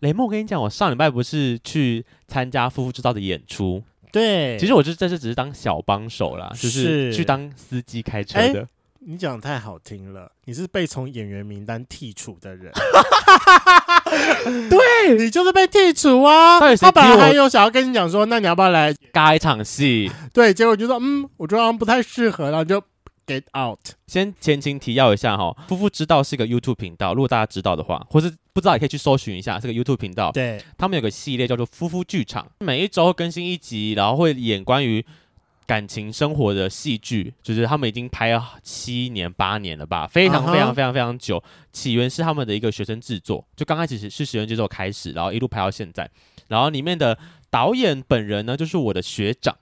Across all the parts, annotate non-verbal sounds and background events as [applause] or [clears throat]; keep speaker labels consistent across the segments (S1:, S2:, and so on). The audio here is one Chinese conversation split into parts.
S1: 雷梦，我跟你讲，我上礼拜不是去参加《夫妇之道》的演出，
S2: 对，
S1: 其实我就是在这只是当小帮手啦，就是
S2: 是
S1: 去当司机开车
S2: 哎
S1: 的。
S2: 你讲得太好听了，你是被从演员名单剔除
S1: [laughs]
S2: 的人，对你就是被剔除啊
S1: 到底。谁
S2: 他本
S1: 踢
S2: 来
S1: 我
S2: 还有想要跟你讲说，那你要不要来？
S1: 嘎一场
S2: [laughs]
S1: 戏，
S2: 对，结果就说，嗯，我觉得好像不太适合，然后就 get out。
S1: 先前情提要一下哈，夫妇之道是一个 YouTube 频道，如果大家知道的话，或是不知道也可以去搜寻一下这个 YouTube 频道。
S2: 对，
S1: 他们有个系列叫做夫妇剧场，每一周会更新一集，然后会演关于感情生活的戏剧，就是他们已经拍了七年八年了吧，非常
S2: 啊哈
S1: 非常非常非常久。起源是他们的一个学生制作，就刚开始是学生制作开始，然后一路拍到现在。然后里面的导演本人呢，就是我的学长。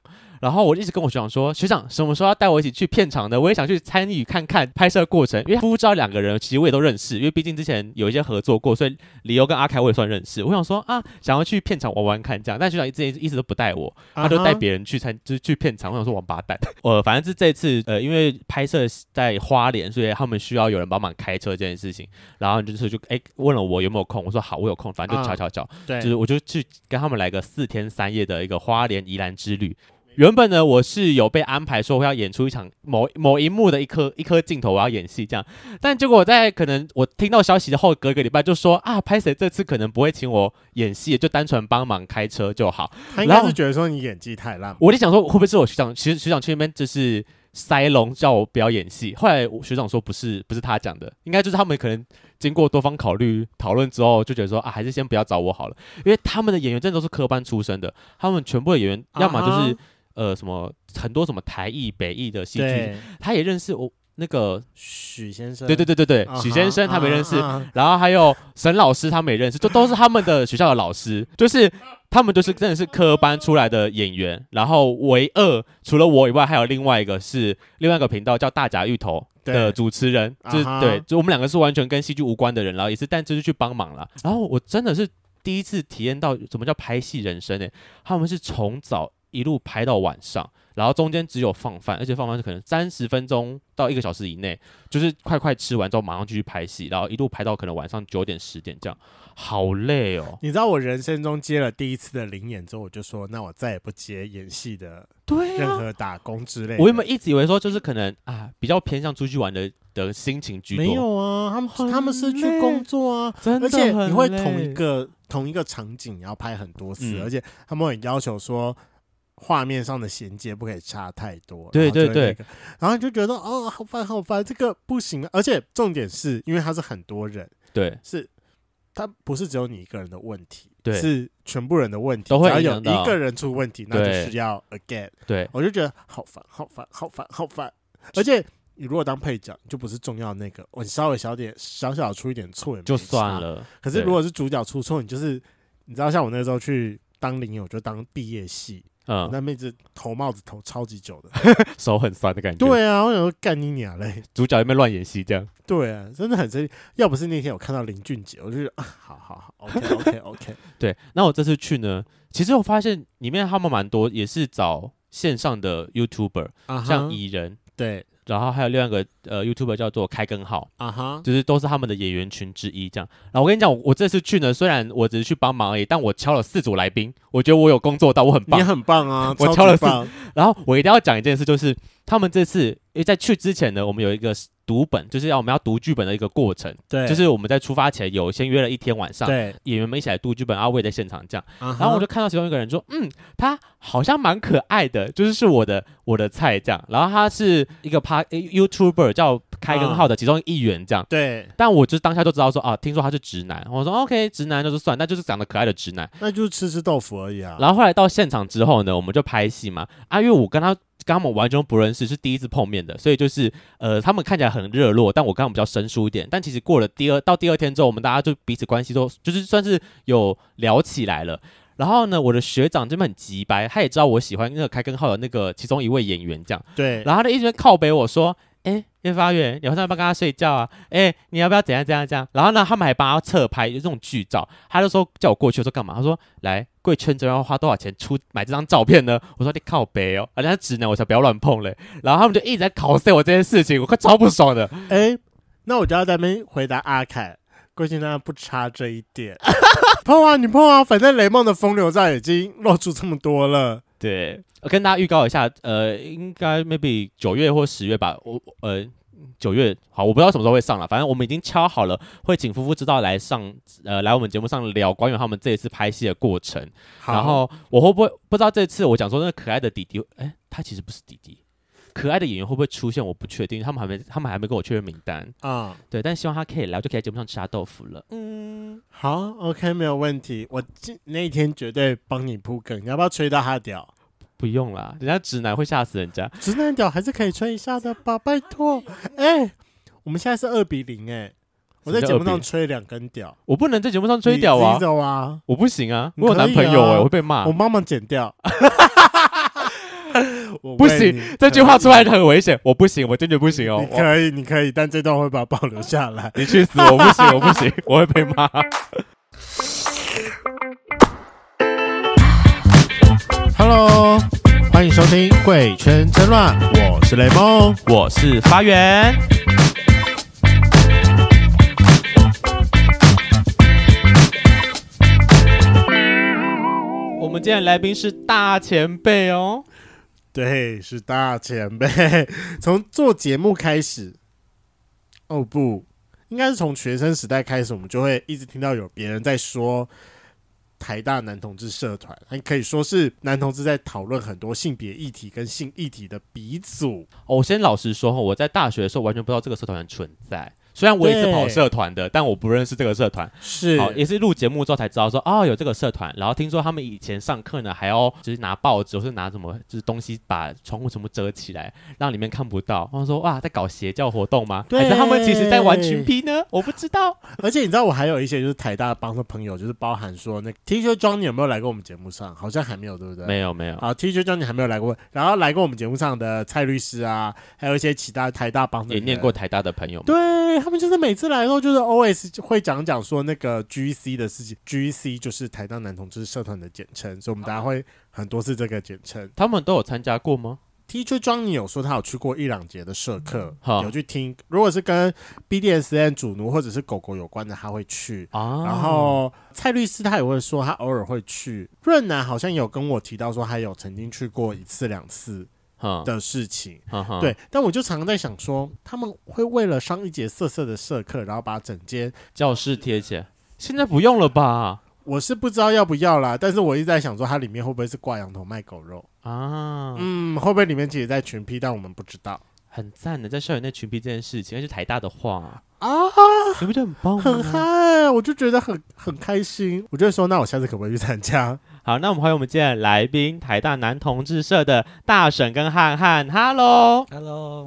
S1: 然后我一直跟我学长说，学长什么时候要带我一起去片场呢？我也想去参与看看拍摄过程，因为夫妇知道两个人，其实我也都认识，因为毕竟之前有一些合作过，所以理由跟阿凯我也算认识。我想说啊，想要去片场玩玩看这样，但学长一直一啊直都不带我，他
S2: 啊
S1: 就带别人去参，就是去片场。我想说王八蛋， [laughs] 呃，反正是这次呃，因为拍摄在花莲，所以他们需要有人帮忙开车这件事情。然后就是就哎、问了我有没有空，我说好，我有空，反正就
S2: 啊
S1: 瞧瞧瞧。
S2: 啊哈对，
S1: 就是我就去跟他们来个四天三夜的一个花莲宜兰之旅。原本呢，我是有被安排说我要演出一场某某一幕的一颗一颗镜头，我要演戏这样，但结果我在可能我听到消息的后隔一个礼拜就说啊，拍谁这次可能不会请我演戏，就单纯帮忙开车就好。
S2: 他应
S1: 然
S2: 该
S1: 后
S2: 是觉得说你演技太烂吧。
S1: 我就想说会不会是我学长，其实学长去那边就是塞龙叫我不要演戏，后来我学长说不是，不是他讲的，应该就是他们可能经过多方考虑讨论之后，就觉得说啊，还是先不要找我好了，因为他们的演员真的都是科班出身的，他们全部的演员要么就是、
S2: 啊
S1: 呃什么很多什么台艺、北艺的戏剧，
S2: 对，
S1: 他也认识我那个
S2: 许先生，
S1: 对对对对对，
S2: 啊哈，
S1: 许先生他们也认识，
S2: 啊哈
S1: 然后还有沈老师，他们也认识，就都是他们的学校的老师，就是他们就是真的是科班出来的演员。然后唯二除了我以外，还有另外一个是另外一个频道叫大甲芋头的
S2: 对
S1: 主持人，就是、
S2: 啊哈
S1: 对，就我们两个是完全跟戏剧无关的人，然后也是但就是去帮忙了。然后我真的是第一次体验到什么叫拍戏人生诶、他们是从早一路拍到晚上。然后中间只有放饭，而且放饭是可能三十分钟到一个小时以内，就是快快吃完之后马上继续拍戏，然后一路拍到可能晚上九点十点这样，好累哦。
S2: 你知道我人生中接了第一次的零演之后，我就说，那我再也不接演戏的
S1: 对啊
S2: 任，何打工之类的。
S1: 我原本一直以为说就是可能啊比较偏向出去玩的的心情居多，
S2: 没有啊，他们
S1: 很
S2: 他们是
S1: 累
S2: 去工作啊，
S1: 真的
S2: 而且
S1: 很
S2: 你会
S1: 累
S2: 同一个同一个场景要拍很多次，
S1: 嗯
S2: 而且他们很要求说。画面上的衔接不可以差太多，
S1: 对
S2: 然后就会
S1: 对对
S2: 那个，然后你就觉得哦，好烦好烦，这个不行啊。而且重点是因为他是很多人，
S1: 对
S2: 是他不是只有你一个人的问题，
S1: 对
S2: 是全部人的问题。
S1: 都会
S2: 只要
S1: 影
S2: 有
S1: 响到
S2: 一个人出问题，那
S1: 对
S2: 就是要 again。
S1: 对
S2: 我就觉得好烦，好烦，好烦，好烦。而且你如果当配角，你就不是重要的那个，我稍微小点小小出一点错也没
S1: 就算
S2: 差。
S1: 了。
S2: 可是
S1: 对
S2: 如果是主角出错，你就是你知道，像我那时候去当领演，我就当毕业戏，我
S1: 嗯，
S2: 啊
S1: 啊
S2: 那妹子头帽子头超级久的。 [laughs]
S1: 手很酸的感觉。，
S2: 对啊，我想说干你娘嘞！
S1: 主角有没有乱演戏这样？
S2: 对啊，真的很生气。要不是那天我看到林俊杰，我就觉得啊，好好好，OK
S1: [laughs]
S2: OK OK，
S1: 对，那我这次去呢，其实我发现里面他们蛮多也是找线上的 YouTuber，、
S2: 啊
S1: 像蚁人，
S2: 对
S1: 然后还有另外一个呃 YouTuber 叫做开根号，
S2: 啊哈，
S1: 就是都是他们的演员群之一这样。然后我跟你讲，我我这次去呢，虽然我只是去帮忙而已，但我敲了四组来宾，我觉得我有工作到，我很
S2: 你
S1: 棒。
S2: 很棒啊，
S1: 我
S2: 超
S1: 敲
S2: 级
S1: 了四
S2: 棒
S1: 然后我一定要讲一件事，就是他们这次因为在去之前呢，我们有一个读本，就是要我们要读剧本的一个过程，
S2: 对，
S1: 就是我们在出发前有先约了一天晚上，
S2: 对，啊
S1: 演员们一起来读剧本，阿伟在现场这样。
S2: 然
S1: 然后我就看到其中一个人说，嗯，他好像蛮可爱的，就是是我的我的菜这样。然后他是一个 pa YouTuber 叫开根号的其中一员这样。
S2: 对，
S1: 但我就当下就知道说啊，听说他是直男，我说 OK，直男那就算，那就是长得可爱的直男。
S2: 那就是吃吃豆腐而已啊。
S1: 然后后来到现场之后呢，我们就拍戏嘛，啊，因为我跟他跟他们完全不认识，是第一次碰面的，所以就是呃，他们看起来很热络，但我跟他们比较生疏一点。但其实过了第二到第二天之后，我们大家就彼此关系都就是算是有聊起来了。然后呢，我的学长这边很急白，他也知道我喜欢那个开根号的那个其中一位演员这样。
S2: 对，
S1: 然后他就一直靠北我说：“哎、叶发源，你晚上要不要跟他睡觉啊？哎、你要不要怎样怎样怎样？”然后呢，他们还帮他侧拍，就是这种剧照。他就说叫我过去，我说干嘛？他说：“来，贵圈子要花多少钱出买这张照片呢？”我说：“你靠北哦，而且他直男，我才不要乱碰嘞。”然后他们就一直在考 o 我这件事情，我快超不爽的。
S2: 哎，那我就要在那边回答阿凯。桂金娜不差这一
S1: [laughs]
S2: 点，碰啊你碰啊，反正雷梦的风流照已经露出这么多了。
S1: 对，我跟大家预告一下，呃，应该 maybe 九月或十月吧，我呃九月好，我不知道什么时候会上了，反正我们已经敲好了，会请夫妇知道来上，呃，来我们节目上聊关于他们这一次拍戏的过程。
S2: 好
S1: 然后我会不会不知道这次我讲说那个可爱的弟弟，哎，他其实不是弟弟，可爱的演员会不会出现，我不确定，他们还没他们还没跟我确认名单，
S2: 啊、
S1: 对，但希望他可以来，我就可以在节目上吃他豆腐了。嗯，
S2: 好，OK，没有问题，我今那一天绝对帮你铺梗，你要不要吹到他的屌？
S1: 不用啦，人家直男会吓死人家。
S2: 直男屌还是可以吹一下的吧，拜托。哎、我们现在是二比零哎、我在节目上吹两根屌，
S1: 我不能在节目上追屌啊
S2: 你自己，走啊！
S1: 我不行啊，
S2: 你
S1: 我有男朋友
S2: 可
S1: 哎、
S2: 以啊
S1: 我会被骂
S2: 我。帮忙剪 [laughs] 掉。我为
S1: 不行
S2: 你
S1: 这句话出来很危险，我不行，我坚决不行哦
S2: 你。可以，你可以，但这段会把它保留下来。
S1: 你去死！我不行，我不
S2: [laughs]
S1: 行，我会被骂。
S2: Hello，欢迎收听《贵圈争乱》，我是雷梦。
S1: 我是发源，我们今天的来宾是大前辈哦，
S2: 对，是大前辈。从做节目开始，哦不，应该是从学生时代开始，我们就会一直听到有别人在说台大男同志社团，还可以说是男同志在讨论很多性别议题跟性议题的鼻祖。
S1: 哦我先老实说哦，我在大学的时候完全不知道这个社团的存在。虽然我也是
S2: 对
S1: 跑社团的，但我不认识这个社团。
S2: 是
S1: 好，也是录节目之后才知道说，哦，有这个社团。然后听说他们以前上课呢，还要就是拿报纸或是拿什么就是东西把窗户全部遮起来，让里面看不到。然后说哇，在搞邪教活动吗？还是他们其实在玩群 P 呢？我不知道。
S2: [laughs] 而且你知道，我还有一些就是台大帮的朋友，就是包含说那 T 恤装，你有没有来过我们节目上？好像还没有，对不
S1: [laughs]
S2: 对？
S1: 没有没有，
S2: 好，T 恤装你还没有来过，然后来过我们节目上的蔡律师啊，还有一些其他台大帮的
S1: 也
S2: 人
S1: 念过。台大的朋友们，
S2: 对他们就是每次来的时候，就是 always 就会讲讲说那个 GC 的事情，GC 就是台大男同志社团的简称，所以我们大家会很多次这个简称。
S1: 他们都有参加过吗？
S2: T 恤装你有说他有去过一两节的社课，
S1: 好
S2: 有去听，如果是跟 BDSN 主奴或者是狗狗有关的，他会去。
S1: 啊，
S2: 然后蔡律师他也会说，他偶尔会去。润南好像有跟我提到说，他有曾经去过一次两次
S1: 哼，
S2: 的事情。
S1: 哼哼，
S2: 对，但我就常常在想说，他们会为了上一节色色的社课，然后把整间，
S1: 教室贴起来，现在不用了吧？
S2: 我是不知道要不要啦，但是我一直在想说，它里面会不会是挂羊头卖狗肉？
S1: 啊，
S2: 嗯，会不会里面其实在群批，但我们不知道。
S1: 很赞的，在校园内群 P 这件事情，而且台大的话
S2: 啊，
S1: 你不觉得很棒吗？啊
S2: 很嗨，我就觉得很很开心。我就会说，那我下次可不可以去参加？
S1: 好，那我们欢迎我们今天的来宾，台大男同志社的大婶跟汉汉，Hello，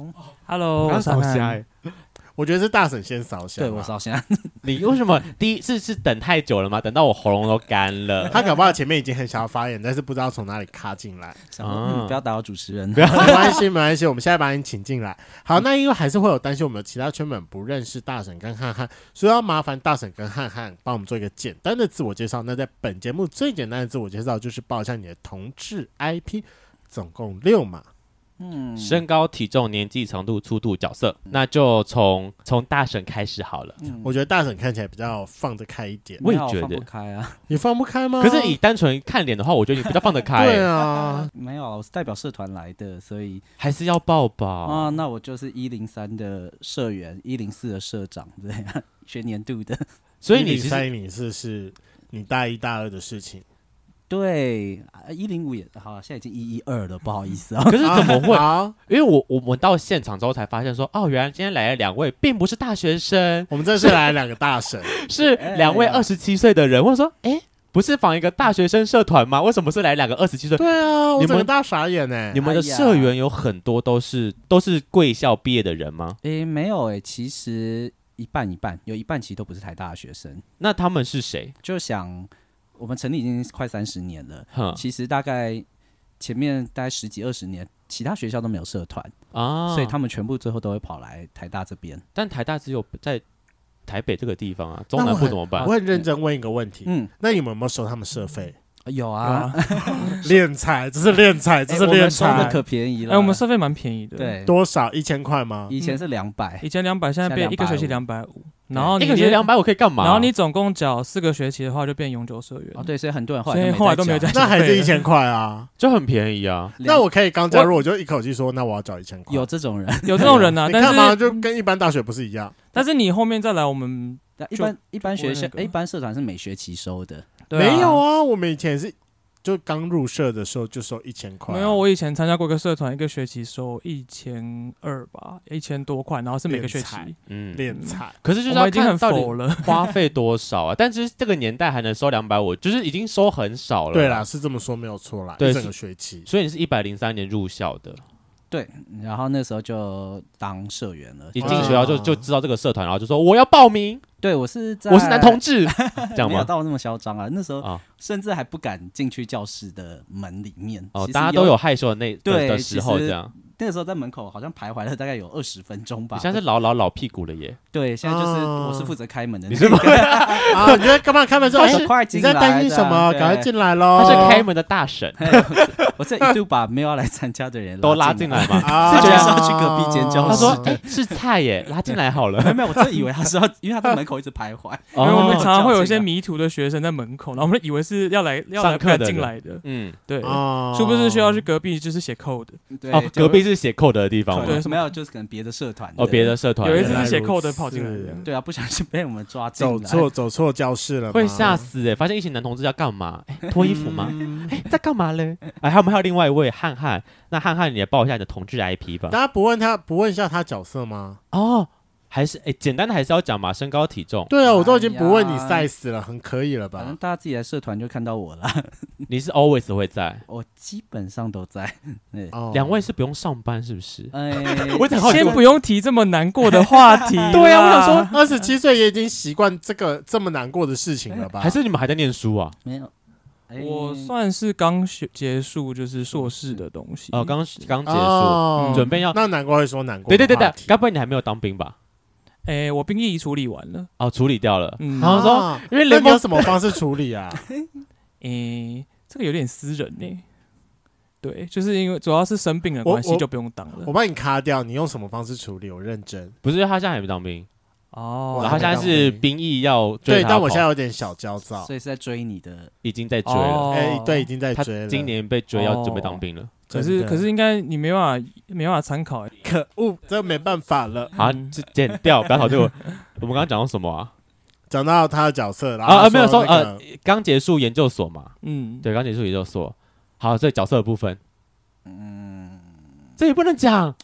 S1: 刚刚
S3: Hello，Hello，我是
S1: 啊
S3: 安
S1: 扫
S3: 安
S1: 瞎
S2: 我觉得是大婶先扫下，
S3: 对我是
S1: [laughs]
S3: 香，
S1: 你为什么第一次是等太久了吗？等到我喉咙都干了。
S2: 他搞不好前面已经很想要发言，但是不知道从哪里卡进来。
S3: 想说
S1: 啊
S3: 嗯，不要打扰主持人。
S2: [laughs] 没关系，没关系，我们现在把你请进来。好，那因为还是会有担心，我们有其他圈粉不认识大婶跟汉汉，所以要麻烦大婶跟汉汉帮我们做一个简单的自我介绍。那在本节目最简单的自我介绍就是报一下你的同志 IP，总共六嘛。
S3: 嗯，
S1: 身高、体重、年纪、长度、粗度、角色，那就从从大婶开始好了。
S3: 嗯
S2: 我觉得大婶看起来比较放得开一点，
S1: 我也
S3: 没有
S1: 觉
S3: 放
S1: 得
S3: 不开啊，
S2: 你放不开吗？
S1: 可是你单纯看脸的话，我觉得你比较放得开、
S2: 嗯对啊，
S3: 没有啊，我是代表社团来的，所以
S1: 还是要抱抱。
S3: 啊，那我就是一零三的社员，一零四的社长，这样学年度的。
S1: 所以你其实
S2: 三啊你是是你大一大二的事情，
S3: 对，一零五也好啊，现在已经一一二了，不好意思啊。 [laughs]
S1: 可是怎么会？ [laughs]
S2: 好，
S1: 因为我我们到现场之后才发现说，哦，原来今天来了两位并不是大学生，
S2: 我们这是来两个
S1: [laughs]
S2: 大婶，
S1: 是
S3: 哎
S1: 两位
S3: 哎呀
S1: 二十七岁的人，我说，哎，不是仿一个大学生社团吗？为什么是来两个二十七岁？
S2: 对啊，
S1: 你
S2: 我
S1: 们
S2: 整个大傻眼欸呢。
S1: 你们的
S3: 哎呀
S1: 社员有很多都是都是贵校毕业的人吗？
S3: 诶，没有诶，其实一半一半，有一半其实都不是台大的学生。
S1: 那他们是谁？
S3: 就想我们成立已经快三十年了，
S1: 哼
S3: 其实大概前面大概十几二十年，其他学校都没有社团。
S1: 啊，
S4: 嗯
S3: 所以他们全部最后都会跑来台大这边。
S1: 但台大只有在台北这个地方啊，
S2: 那
S1: 中南
S2: 我
S1: 部
S2: 很
S1: 怎么办
S2: 我？很认真问一个问题，
S3: 嗯，
S2: 那你们有没有收他们社费？
S3: 有啊，
S2: 敛财，这是敛财，这
S3: 哎
S4: 呃
S2: 是
S3: 我们
S2: 敛
S3: 收的
S2: 财。
S3: 可便宜了。
S4: 哎，我们社费蛮便宜的，，
S3: 对，
S2: 多少？一千块吗？
S3: 以前是两百，
S4: 以前两百，现在变一个学期两百五，然后
S1: 一
S4: 你
S1: 个学期两百，我可以干嘛？
S4: 然后你总共缴四个学期的话，就变永久社员。
S3: 哦，对，所以很多人后
S4: 嗯所以
S3: 来
S4: 后来都没有
S3: 加
S4: 再，
S2: 那还是一千块啊？
S1: 就很便宜啊。
S3: 两
S2: 那我可以刚加入，我就一口气说，那我要找一千块。
S3: 有这种人，
S4: [laughs]
S3: [laughs]
S4: 有这种人
S2: [laughs]
S4: 呢、
S2: 你
S4: 啊但
S2: 看嘛，
S4: 是
S2: 就跟一般大学不是一样？
S4: 但是你后面再来，我们
S3: 但一般一般
S4: 不会
S3: 学校
S4: 那个
S3: 一般社团是每学期收的，
S4: 对啊
S2: 没有啊，我们以前也是就刚入社的时候就收一千块啊，
S4: 没有，我以前参加过一个社团，一个学期收一千二吧，一千多块，然后是每个学期
S2: 敛。财
S1: 嗯，
S2: 敛财。
S1: 可是就是
S4: 我
S1: 要
S4: 已经很
S1: 看到底
S4: 否了，
S1: 花费多少啊。但其实这个年代还能收两百，我就是已经收很少
S3: 嗯
S1: 了。
S2: 对啦，，是这么说没有错啦，
S1: 对
S2: 一整个学期。
S1: 所以你是一百零三年入校的，
S3: 对，然后那时候就当社员了。
S1: 一进
S2: 啊
S1: 学校就就知道这个社团，然后就说我要报名，
S3: 对我是在
S1: 我是男同志，这样
S3: 没有
S1: 吗？
S3: 到那么嚣张啊，那时候
S1: 啊
S3: 甚至还不敢进去教室的门里面。
S1: 哦，
S3: 其实
S1: 大家都有。害羞的那的
S3: 对
S1: 的时候
S3: 其
S1: 这
S3: 实
S1: 样。
S3: 那个时候在门口好像徘徊了大概有二十分钟吧。
S1: 你现在是老老老屁股了耶，
S3: 对，现在就是
S2: 啊
S3: 我是负责开门的那
S1: 你
S3: 个。
S1: 是吗？
S2: 啊，你在干嘛开玩笑？
S3: 他
S2: 哎
S3: 是快进
S2: 你
S3: 来
S2: 在
S3: 的啊
S2: 担心什么？
S1: 啊
S2: 赶快进来喽！
S1: 他是开门的大神，
S3: 我这一度把没有要来参加的人
S1: [laughs] 都拉进
S3: 来，
S1: 来嘛。
S2: 啊，
S3: 他觉得是要去隔壁间教
S1: 他
S3: 室
S1: 说：“哎，是菜耶，拉进来好了。
S3: [laughs] 没有没有，我真以为他是要，因为他在门口一直徘徊。
S4: 因为我们
S1: 哦
S4: 常常会有一些迷途的学生在门口，然后我们以为是要来要来
S1: 上课的人
S4: 不敢进来的，
S1: 嗯，
S4: 对，
S2: 啊
S4: 殊不知需要去隔壁就是写 code，
S3: 对，
S1: 哦，
S3: 就
S1: 隔壁是写扣的地方吗？
S4: 对
S3: 对，没有，就是可能别的社团
S1: 哦，别的社团
S4: 有一
S2: 原
S4: 次
S2: 来
S4: 是写
S2: 如
S4: code 跑进来
S2: 此
S4: 的，
S3: 对啊，不小心被我们抓进来，
S2: 走错走错教室了吗，
S1: 会吓死哎！发现一群男同志要干嘛？哎脱衣服吗？
S2: 嗯
S1: 哎，在干嘛嘞？哎，我们还有另外一位汉汉，那汉汉你也报一下你的同志 IP 吧
S2: 大。家不问他，不问一下他角色吗？
S1: 哦，还是哎，简单的还是要讲嘛，身高体重。
S2: 对啊，我都已经
S3: 哎呀
S2: 不问你 size 了，很可以了
S1: 哎
S3: 反正
S2: 吧？
S3: 大家自己来社团就看到我了， [laughs]
S1: 你是 always 会在，
S3: 我基本上都在。对，
S2: 哦呃
S1: 两位是不用上班是不是？
S3: 哎，
S1: [laughs] 我只好奇
S4: 先
S1: 我
S4: 不用提这么难过的话题啦。
S1: 对啊我想说
S2: 二十七岁也已经习惯这个这么难过的事情了吧？
S1: 还是你们还在念书啊？
S3: 没有，哎
S4: 我算是刚学结束就是硕士的东西
S1: 哦，刚刚结束，
S2: 嗯哦
S4: 嗯
S1: 准备要
S2: 那难怪会说难过
S1: 对
S2: 的话题。
S1: 对对对，该不会你还没有当兵吧？
S4: 哎，我兵役处理完了，
S1: 哦，处理掉了。
S4: 嗯，
S1: 然后说
S2: 啊
S1: 因为
S2: 那
S1: 联
S2: 你有
S1: 盟
S2: 什么方式处理啊？ [laughs]
S4: 诶，这个有点私人呢、对，就是因为主要是生病的关
S2: 我
S4: 系
S2: 我
S4: 就不用当
S2: 我
S4: 了。
S2: 帮你卡掉，你用什么方式处理？我认
S1: [laughs]
S2: 真。
S1: 不是因为他现在还没当兵，
S4: 哦
S2: 我
S1: 然后
S2: 还
S1: 他现
S2: 没
S1: 在
S2: 当
S1: 是
S2: 兵
S1: 兵役要追
S2: 对，
S1: 他
S2: 但
S1: 跑
S2: 我现在有点小焦躁
S3: 所。以是在追你的，
S1: 已经在追了，
S2: 哎，对，已，哦经在
S1: 哦他
S2: 追了。
S1: 今年被追要准备当兵了。
S4: 可是
S2: 真的
S4: 可是应该你没办法没办法参考、欸，
S2: 可恶，这没办法了。
S1: 好，
S4: 嗯
S1: 这剪掉，不要讨论我。我们刚刚讲到什么啊？
S2: 讲到他的角色，然后
S1: 啊啊
S2: 他
S1: 没有说
S2: 那个
S1: 刚结束研究所嘛，
S4: 嗯，
S1: 对，刚结束研究所。好，这角色的部分，
S3: 嗯，
S1: 这也不能讲。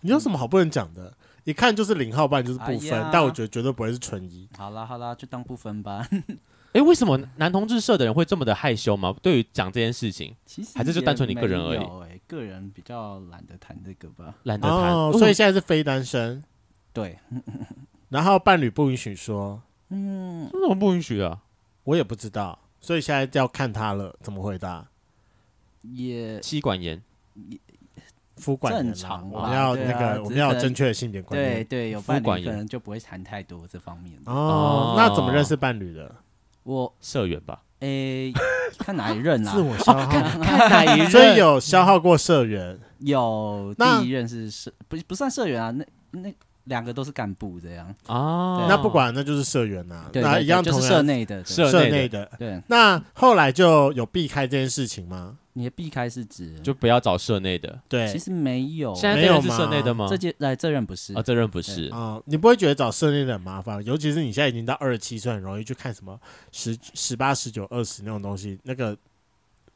S2: 你有什么好不能讲的？一看就是零号半，就是不
S3: 哎
S2: 分
S3: 呀。
S2: 但我觉得绝对不会是纯一。
S3: 好啦好啦，就当不分吧。 [laughs]
S1: 哎，为什么男同志社的人会这么的害羞吗？对于讲这件事情，
S3: 其实
S1: 还是就单纯你个人而已
S3: 也没有哎，个人比较懒得谈这个吧。
S1: 懒得谈。
S2: 哦
S1: 为，什么
S2: 所以现在是非单身，
S3: 对，
S2: 然后伴侣不允许说，
S3: 嗯，
S1: 为什么不允许啊？
S2: 我也不知道。所以现在要看他了，怎么回答？
S3: 也
S1: 妻管严，
S2: 夫管严啊
S3: 正常吧
S2: 我们要那
S3: 对啊
S2: 个，我
S3: 只
S2: 们
S3: 是
S2: 要有
S3: 在
S2: 正确的性别观
S3: 对
S2: 念。
S3: 对，有
S1: 夫
S3: 伴侣
S1: 管
S3: 可
S1: 严
S3: 能就不会谈太多这方面的。
S1: 哦
S2: 哦，那怎么认识伴侣的？
S3: 我
S1: 社员吧？
S3: 诶， [laughs] 看哪一任啊
S2: 自？我消
S3: [laughs]
S2: 耗，
S1: 看哪一
S2: 所以有消耗过社员，
S3: 有
S2: 那
S3: 第一任是社，不不算社员啊，那那两个都是干部这样。
S1: 啊？
S2: 那不管那就是社员啊，
S3: 嗯对，
S2: 那
S3: 对
S2: 一样
S3: 对
S2: 同
S3: 就是社
S2: 样
S3: 内的，对
S1: 社
S2: 社
S1: 内
S2: 内的。
S3: 对，
S2: 那后来就有避开这件事情吗？
S3: 你的避开是指
S1: 就不要找社内的。
S2: 对
S3: 其，实没有，
S1: 现在
S2: 哦没
S1: 这
S2: 有
S1: 人是
S2: 吗
S1: 社内的吗
S3: 这？届来这任不是
S1: 啊，，这人不是。
S2: 哦，你不会觉得找社内的很麻烦，尤其是你现在已经到二十七岁，很容易去看什么十十八、十九、二十那种东西，那个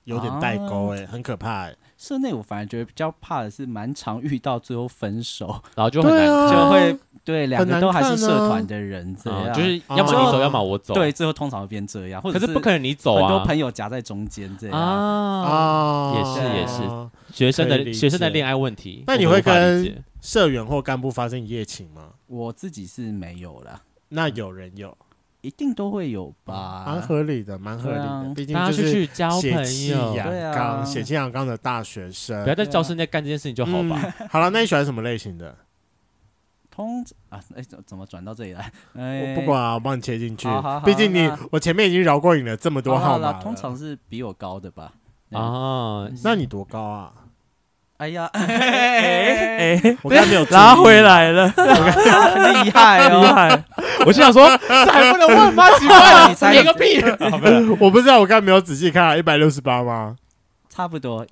S2: 有点代沟
S1: 哦
S2: 哎、很可怕哎、
S3: 社内我反而觉得比较怕的是蛮常遇到最后分手，
S1: 然后就很
S2: 对
S1: 难
S2: 啊
S1: 看
S3: 就会对两
S2: 难
S3: 个都还
S2: 看
S3: 是社
S2: 啊
S3: 团的人这
S1: 啊，
S3: 样，
S1: 就是要么
S2: 哦
S1: 你走，要么我走。
S3: 对，最后通常会变这样，或
S1: 可
S3: 者
S1: 是不可能你走
S3: 很
S1: 啊
S3: 多朋友夹在中间这样，
S1: 啊！
S2: 啊，
S1: 也是
S3: 也
S1: 是。学生
S2: 可以
S1: 的
S2: 理解
S1: 学生的恋爱问题，
S2: 那你
S1: 我们
S2: 会
S1: 无法理
S2: 跟
S1: 解
S2: 社员或干部发生一夜情吗？
S3: 我自己是没有啦，
S2: 那
S1: 嗯
S2: 有人有，
S3: 一定都会有
S2: 蛮
S3: 吧。
S2: 合理的，蛮合理
S3: 对
S2: 的
S3: 啊，
S2: 毕竟
S1: 啊大家去
S2: 就是
S1: 去交
S2: 血
S1: 朋
S2: 气
S1: 友，
S3: 对
S2: 阳
S3: 啊
S2: 刚、血气阳刚的大学生
S1: 不要。在教
S2: 啊
S1: 室内干这件事情就好吧。
S2: 嗯好了，那你喜欢什么类型
S3: [laughs]
S2: 的？
S3: 通啊，哎，怎怎么转到这里来？哎，
S2: 我不管啊，我帮你切进去
S3: 好好。好
S2: 毕竟你
S3: 那
S2: 我前面已经饶过你了这么多
S3: 好
S2: 号
S3: 啦
S2: 码
S3: 好啦
S2: 了
S3: 通常是比我高的吧。
S2: 嗯
S3: 对
S1: 啊，
S2: 那你多高啊？
S3: 哎呀，
S4: 哎、
S2: 我刚才没有注意 [laughs]
S4: 拉回，来了，
S3: 很厉害
S4: 厉
S3: 哦！
S4: 害！
S1: 我心想说，这还不能问吗？奇怪，
S3: [laughs] 你猜
S1: 演个屁！啊
S2: [laughs]
S1: 好没有
S2: 我不知道，我刚才没有仔细看，啊一百六十八吗？
S3: 差不多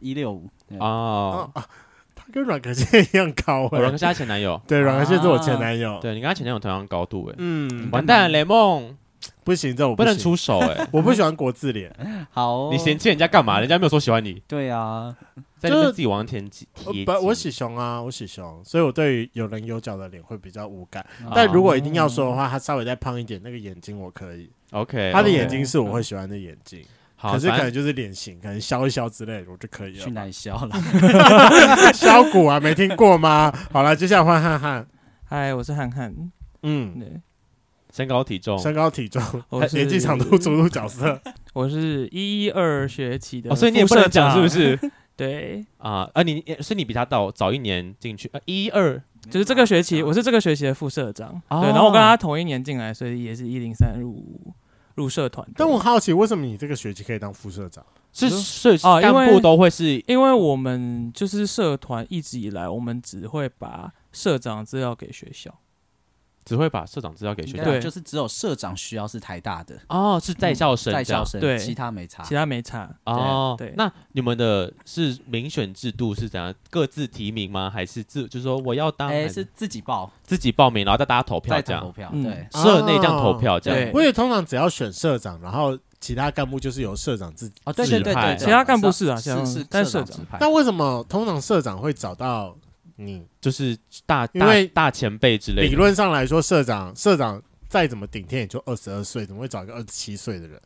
S3: 一六五。对
S1: 哦，
S2: 啊啊，他跟阮可健一样高 [laughs]
S1: 我跟
S2: 哎。
S1: 是她前男友，
S2: 对，阮可健是我前男友。
S1: 对你跟她前男友同样高度哎，
S2: 嗯，
S1: 完蛋了，雷梦
S2: 不行，这我
S1: 不能
S2: 行，
S1: 出手哎，
S2: 我不喜欢国字脸。
S3: 好哦，
S1: 你嫌弃人家干嘛？人家没有说喜欢你，
S3: 对啊，
S1: 在
S2: 就
S1: 你
S2: 是
S1: 们自己往前挤
S2: 我
S1: 贴。
S2: 呃不，我喜熊啊，我喜熊，所以我对于有棱有角的脸会比较无感。
S1: 啊
S3: 哦
S2: 但如果一定要说的话，他稍微再胖一点，那个眼睛我可以。
S1: 哦 OK，
S2: 他的
S4: 也
S2: 眼睛是我会喜欢的眼睛，
S1: 好，
S2: 可是可
S1: 反
S2: 能
S1: 正
S2: 就是脸型，可能削一削之类的，我就可以
S3: 去
S2: 了。
S3: 奶销了，
S2: 削骨啊，没听过吗？好了，接下来换汉汉。
S4: 嗨，我是汉汉，
S2: 嗯，
S4: 对，
S1: 身高体重。
S2: 身高体重、
S4: 我是
S2: 年纪、长度、主入角色，
S4: 我是一一二学期的
S1: 哦，所以你也不能
S2: 啊
S1: 讲是不
S4: 副社
S1: 是？
S2: [laughs]
S4: 长？对，
S1: 啊啊，你你所以你比他早早一年进去，呃，一二
S4: [laughs] 就是这个学期，我是这个学期的副社长。
S1: 哦
S4: 对，然后我跟他同一年进来，所以也是一零三入入社团的。
S2: 但我好奇，为什么你这个学期可以当副社长？
S1: 是
S4: 嗯
S1: 是
S4: 哦因
S1: 干
S4: 为
S1: 部都会是
S4: 因为我们就是社团一直以来，我们只会把社长资料给学校。
S1: 只会把社长资料给学
S3: 对
S1: 校
S3: 啊，
S4: 对
S3: 就是只有社长需要是台大的
S1: 哦，
S2: 嗯
S1: 是在校生
S3: 在
S1: 这样
S3: 校生，
S4: 对
S3: 其他没差
S4: 其。他没差。
S1: 啊哦。
S4: 对对
S1: 那你们的是民选制度是怎样？各自提名吗？还是自就是说我要当，
S3: 哎，
S1: 还
S3: 是自己报，
S1: 自己报名，然后再大家投票
S3: 再
S1: 这
S3: 投
S1: 样？
S3: 票，
S4: 嗯
S3: 对，
S1: 社内这样投票这样
S4: 对？
S2: 我也通常只要选社长，然后其他干部就是由社长自己。
S3: 哦，对对对
S1: 指派
S3: 对，
S1: 其
S4: 他干部是
S3: 是
S4: 啊其他干部
S3: 是，
S4: 但
S3: 是
S4: 社
S3: 长
S4: 长
S1: 哎
S3: 指派
S2: 那为什么通常社长会找到你？
S1: 就是大
S2: 因为
S1: 大大前辈之类
S2: 理
S1: 的。
S2: 论上来说，社长社长再怎么顶天也就二十二岁，怎么会找一个二十七岁的人？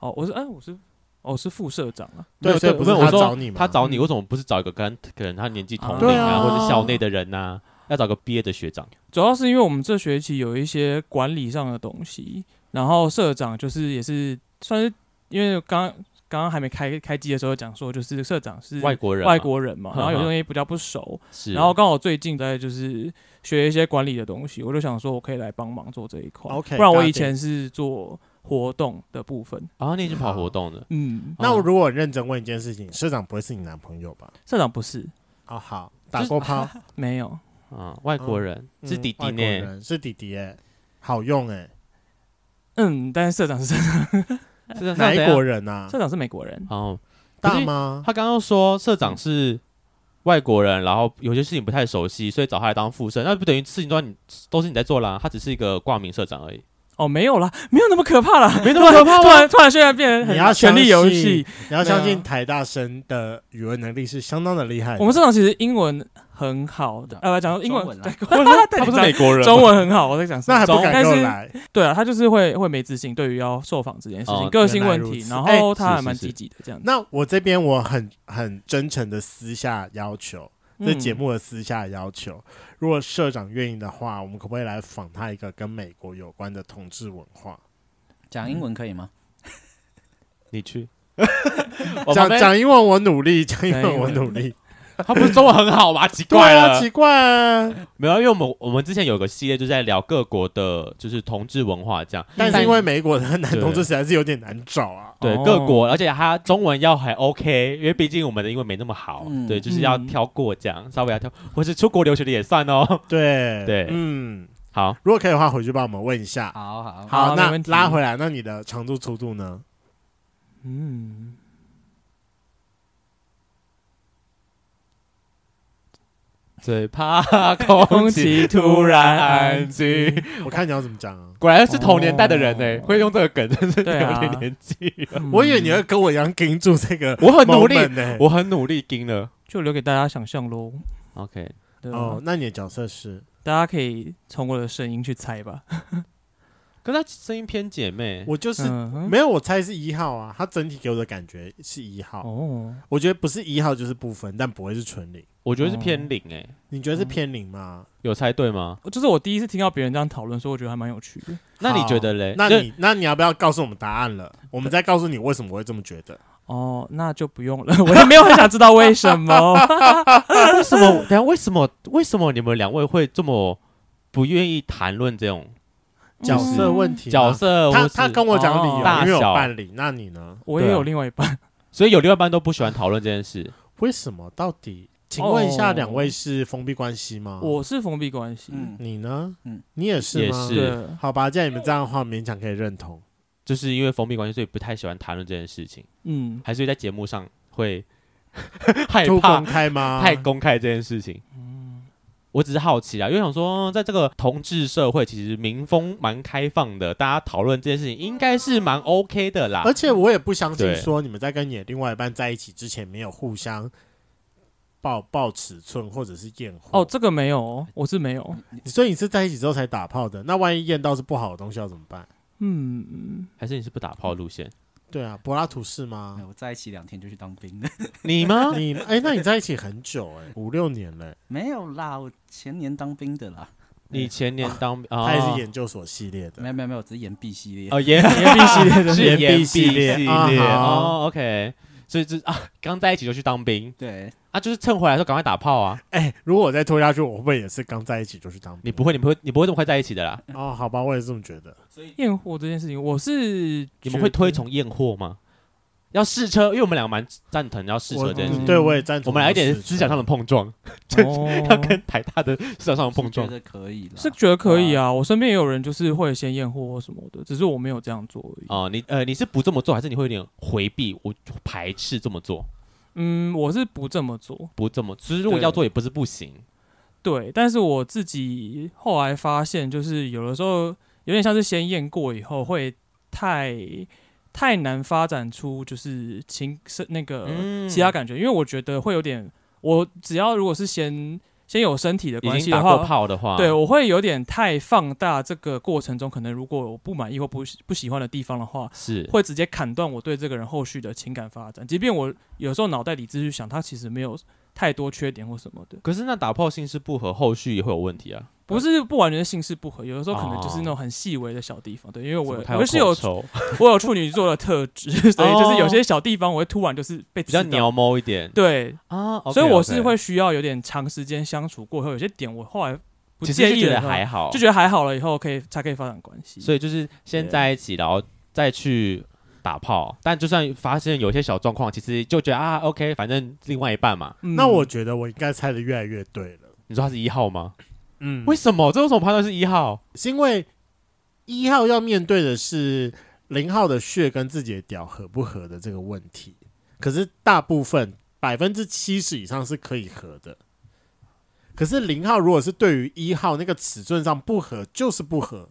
S4: 哦，我是哎，我是哦是副社长啊。
S1: 没有
S2: 所以不是
S1: 没有我
S2: 他
S1: 说
S2: 找你吗？嗯
S1: 他找你为什么不是找一个跟可能他年纪同龄
S4: 对
S1: 啊，
S2: 啊
S1: 或者校内的人呐、要找个毕业的学长
S4: 主要是因为我们这学期有一些管理上的东西，然后社长就是也是算是因为刚刚刚还没开开机的时候讲说，就是社长是
S1: 外国人嘛，嗯
S4: 外国人嘛，
S1: 呵呵
S4: 然后有些东西比较不熟，
S1: 是，
S4: 然后刚好最近在就是学一些管理的东西，我就想说我可以来帮忙做这一块
S2: OK，
S4: 不然我
S2: got
S4: 以前是做活动的部分，
S1: 然后啊你已经跑活动了，
S4: 嗯，
S2: 那
S1: 哦
S2: 我如果很认真问一件事情，社长不会是你男朋友吧？
S4: 社长不是
S2: 哦，好，打过炮，
S4: 没有，
S1: 啊，外国人、
S2: 嗯
S1: [laughs] 是弟弟
S2: 外国
S1: 呢，
S2: 人是弟弟哎，好用哎，
S4: 嗯，但是社长是社
S1: 是
S2: 哪一国
S1: 人？
S2: 人啊？
S4: 社长是美国人，
S1: 哦，
S2: 大吗？
S1: 他刚刚说社长是外国人，然后有些事情不太熟悉，所以找他来当副社，那不等于事情都你都是你在做啦，他只是一个挂名社长而已。
S4: 哦，没有啦，没有那么可怕啦，
S1: 没那么可怕吗
S4: [laughs] 突然突然现在变成
S2: 你要
S4: 很权力游戏，，
S2: 你要相
S4: 对
S2: 信
S4: 啊
S2: 台大生的语文能力是相当的厉害的。
S4: 我们社长其实英文很好的，
S3: 对
S4: 呃，讲英
S3: 中
S4: 文
S3: 文，啊啦
S4: 对， [laughs] 他
S1: 他不是美国人吗，
S4: 中文很好，我在讲什么
S2: 那还不
S4: 中
S2: 敢
S4: 但
S2: 给我
S4: 是
S2: 来，
S4: 对啊，他就是会会没自信，对于要受访这件事
S1: 哦
S4: 情，个性问
S2: 原
S4: 题
S2: 来如，此
S4: 然
S2: 哎
S4: 后他
S1: 是
S4: 还蛮
S1: 是是
S4: 积极的这样子。
S2: 那我这边我很很真诚的私下要求，这
S4: 嗯
S2: 节目的私下要求，如果社长愿意的话，我们可不可以来访他一个跟美国有关的同志文化？
S3: 讲英文可以吗？
S1: 你
S4: [laughs]
S1: 去，我旁
S2: 讲
S1: 边
S2: 讲英文我努力，讲英
S4: 讲
S2: 文
S4: 英
S2: 我
S4: 文
S2: 努力。
S1: 他不是中文很好吗？奇
S2: 对
S1: 怪
S2: 啊，
S1: 了，
S2: 奇怪啊，
S1: 没有，因为我们我们之前有个系列就是在聊各国的，就是同志文化这样，
S2: 但是因为美国的男
S1: 对
S2: 同志实在是有点难找啊。
S1: 对、
S4: 哦
S1: 各国，而且他中文要还 OK，因为毕竟我们的英文没那么好，
S3: 嗯
S1: 对，就是要
S4: 嗯
S1: 挑过这样，稍微要挑，或是出国留学的也算哦。
S2: 对
S1: 对
S2: 嗯，
S1: 好，
S2: 如果可以的话，回去帮我们问一下。
S3: [laughs] 好好
S4: 好没
S2: 那
S4: 问题
S2: 拉回来，那你的长度粗度呢？
S4: 嗯，
S1: 最怕空
S4: 空
S1: 气
S4: 气
S1: 突
S4: 突
S1: 然
S4: 然
S1: 安
S4: 安
S1: 静。
S2: 我看你要怎么讲啊？
S1: [laughs] 果然是同年代的人呢、欸
S4: 哦
S1: 会用这个梗，真是有
S4: 对啊
S1: 点年纪了。
S2: 我以为你会跟我一样盯住这个 moment 呢，
S1: 我很努力我很努力盯了。
S4: 就留给大家想象喽。
S1: OK，
S4: 对啊吧
S2: 哦，那你的角色是？
S4: 大家可以从我的声音去猜吧。
S1: 可是他声音偏姐妹，
S2: 我就是
S4: 嗯哼，
S2: 没有，我猜是一号啊。他整体给我的感觉是一号，
S4: 哦，
S2: 我觉得不是一号就是不分，但不会是纯零。
S1: 我觉得是
S2: 哦
S1: 偏零哎、
S2: 你觉得是
S4: 嗯
S2: 偏零吗？
S1: 有猜对吗？
S4: 就是我第一次听到别人这样讨论，所以我觉得还蛮有趣的。
S1: 那你觉得嘞？
S2: 那
S1: 就
S2: 你那你要不要告诉我们答案了？我们再告诉你为什么我会这么觉得。
S4: 哦，那就不用了，我也没有很想知道为什么。
S1: 为什么？等一下为什么？为什么你们两位会这么不愿意谈论这种
S2: 角色问题吗，
S1: 角色？
S2: 啊他
S1: 或是
S2: 他跟我讲理由，
S4: 哦
S1: 大
S2: 因为有
S1: 小
S2: 办理。那你呢？
S4: 我也有另外一半，
S1: 所以有另外一半都不喜欢讨论这件事。
S2: 为什么？到底？请问一下，
S4: 哦
S2: 两位是封闭关系吗？
S1: 哦
S4: 我是封闭关系，
S3: 嗯，
S2: 你呢？
S3: 嗯
S2: 你也是吗？
S1: 也是
S4: 对，
S2: 好吧，既然你们这样的话，勉强可以认同。
S1: 就是因为封闭关系，所以不太喜欢谈论这件事情，
S4: 嗯，
S1: 还是在节目上会 [laughs] 害
S2: 都
S1: 怕
S2: 公开吗？
S1: 太公开这件事情。我只是好奇啊，因为想说，在这个同志社会，其实民风蛮开放的，大家讨论这件事情应该是蛮 OK 的啦
S2: 而。且我也不相信
S1: 啊对
S2: 说你们在跟你的另外一半在一起之前没有互相报报尺寸或者是验货
S4: 哦，，这个没有哦，我是没有，
S2: 所以你是在一起之后才打炮的。那万一验到是不好的东西要怎么办？
S4: 嗯，
S1: 还是你是不打炮路线？
S2: 对啊，柏拉图是
S3: 没有
S2: 吗？
S3: 哎我在一起两天就去当兵了， [laughs]
S1: 你吗？
S2: 你哎、那你在一起很久哎、五六年了、
S3: 没有啦，我前年当兵的啦，
S1: 你前年当啊，
S2: 他也是研究所系列的。
S3: 没有没有没有，只是演 B 系列，
S1: 哦，延
S4: 岩壁系列的
S1: 是
S2: 延毕
S1: 延毕
S2: 系列
S1: 系
S2: 啊
S1: 列
S2: 好
S1: 哦，OK。所以这啊，刚在一起就去当兵
S3: 对，
S1: 啊，就是趁回来的时候赶快打炮啊！
S2: 哎、如果我再拖下去，我会不会也是刚在一起就去当兵？
S1: 你不会，你不会，你不会这么快在一起的啦。
S2: 哦？好吧，我也是这么觉得。
S4: 验货这件事情，我是
S1: 你们会
S4: 觉得
S1: 推崇验货吗？要试车，因为我们两个蛮赞成要试车
S2: 我嗯
S1: 这件事情。
S4: 情
S2: 对我也赞同。
S1: 我们来一点思想上的碰撞，要
S4: 哦，
S1: 跟台大的思想上的碰
S3: 是觉
S1: 撞。
S3: 得可以啦， [laughs]
S4: 是觉得可以啊，我身边也有人就是会先验货什么的，只是我没有这样做而已。
S1: 哦，你呃，你是不这么做，还是你会有点回避？我排斥这么做，
S4: 嗯，我是不这么做，
S1: 不这么。其实如果
S4: 对
S1: 要做，也不是不行。
S4: 对，但是我自己后来发现，就是有的时候有点像是先验过以后会太太难发展出就是情是那个
S1: 嗯
S4: 其他感觉，因为我觉得会有点，我只要如果是先先有身体的
S1: 已
S4: 关
S1: 经
S4: 系
S1: 打
S4: 的
S1: 过
S4: 话。
S1: 炮的话，
S4: 对，我会有点太放大这个过程中，可能如果我不满意或不喜不喜欢的地方的话，
S1: 是
S4: 会直接砍断我对这个人后续的情感发展。即便我有时候脑袋里只是想他其实没有太多缺点或什么的，
S1: 可是那打炮性是不合，后续也会有问题啊。
S4: 不是不完全是性事不合，有的时候可能就是那种很细微的小地
S1: 哦
S4: 方。对，因为我
S1: 他
S4: 我是有
S1: 抽，
S4: [laughs] 我有处女座的特质， [laughs] 所以就是有些小地方我会突然就是被
S1: 哦比较
S4: 刺到
S1: 鸟猫一点
S4: 对
S1: 啊，
S4: 所以我是会需要有点长时间相处过后，有些点我后来不
S1: 其实
S4: 介
S1: 就
S4: 意
S1: 觉
S4: 了以
S1: 得
S4: 后，
S1: 还好，
S4: 就觉得还好了，以后可以才可以发展关系。
S1: 所以就是先在一起，然后再去打炮。但就算发现有一些小状况，其实就觉得啊，OK，反正另外一半嘛。
S4: 嗯
S2: 那我觉得我应该猜的越来越对了。
S1: 你说他是一号吗？
S2: 嗯
S1: 为什么？这为什么判断是一号？
S2: 是因为一号要面对的是零号的血跟自己的屌合不合的这个问题，可是大部分百分之七十以上是可以合的。可是零号如果是对于一号那个尺寸上不合，就是不合。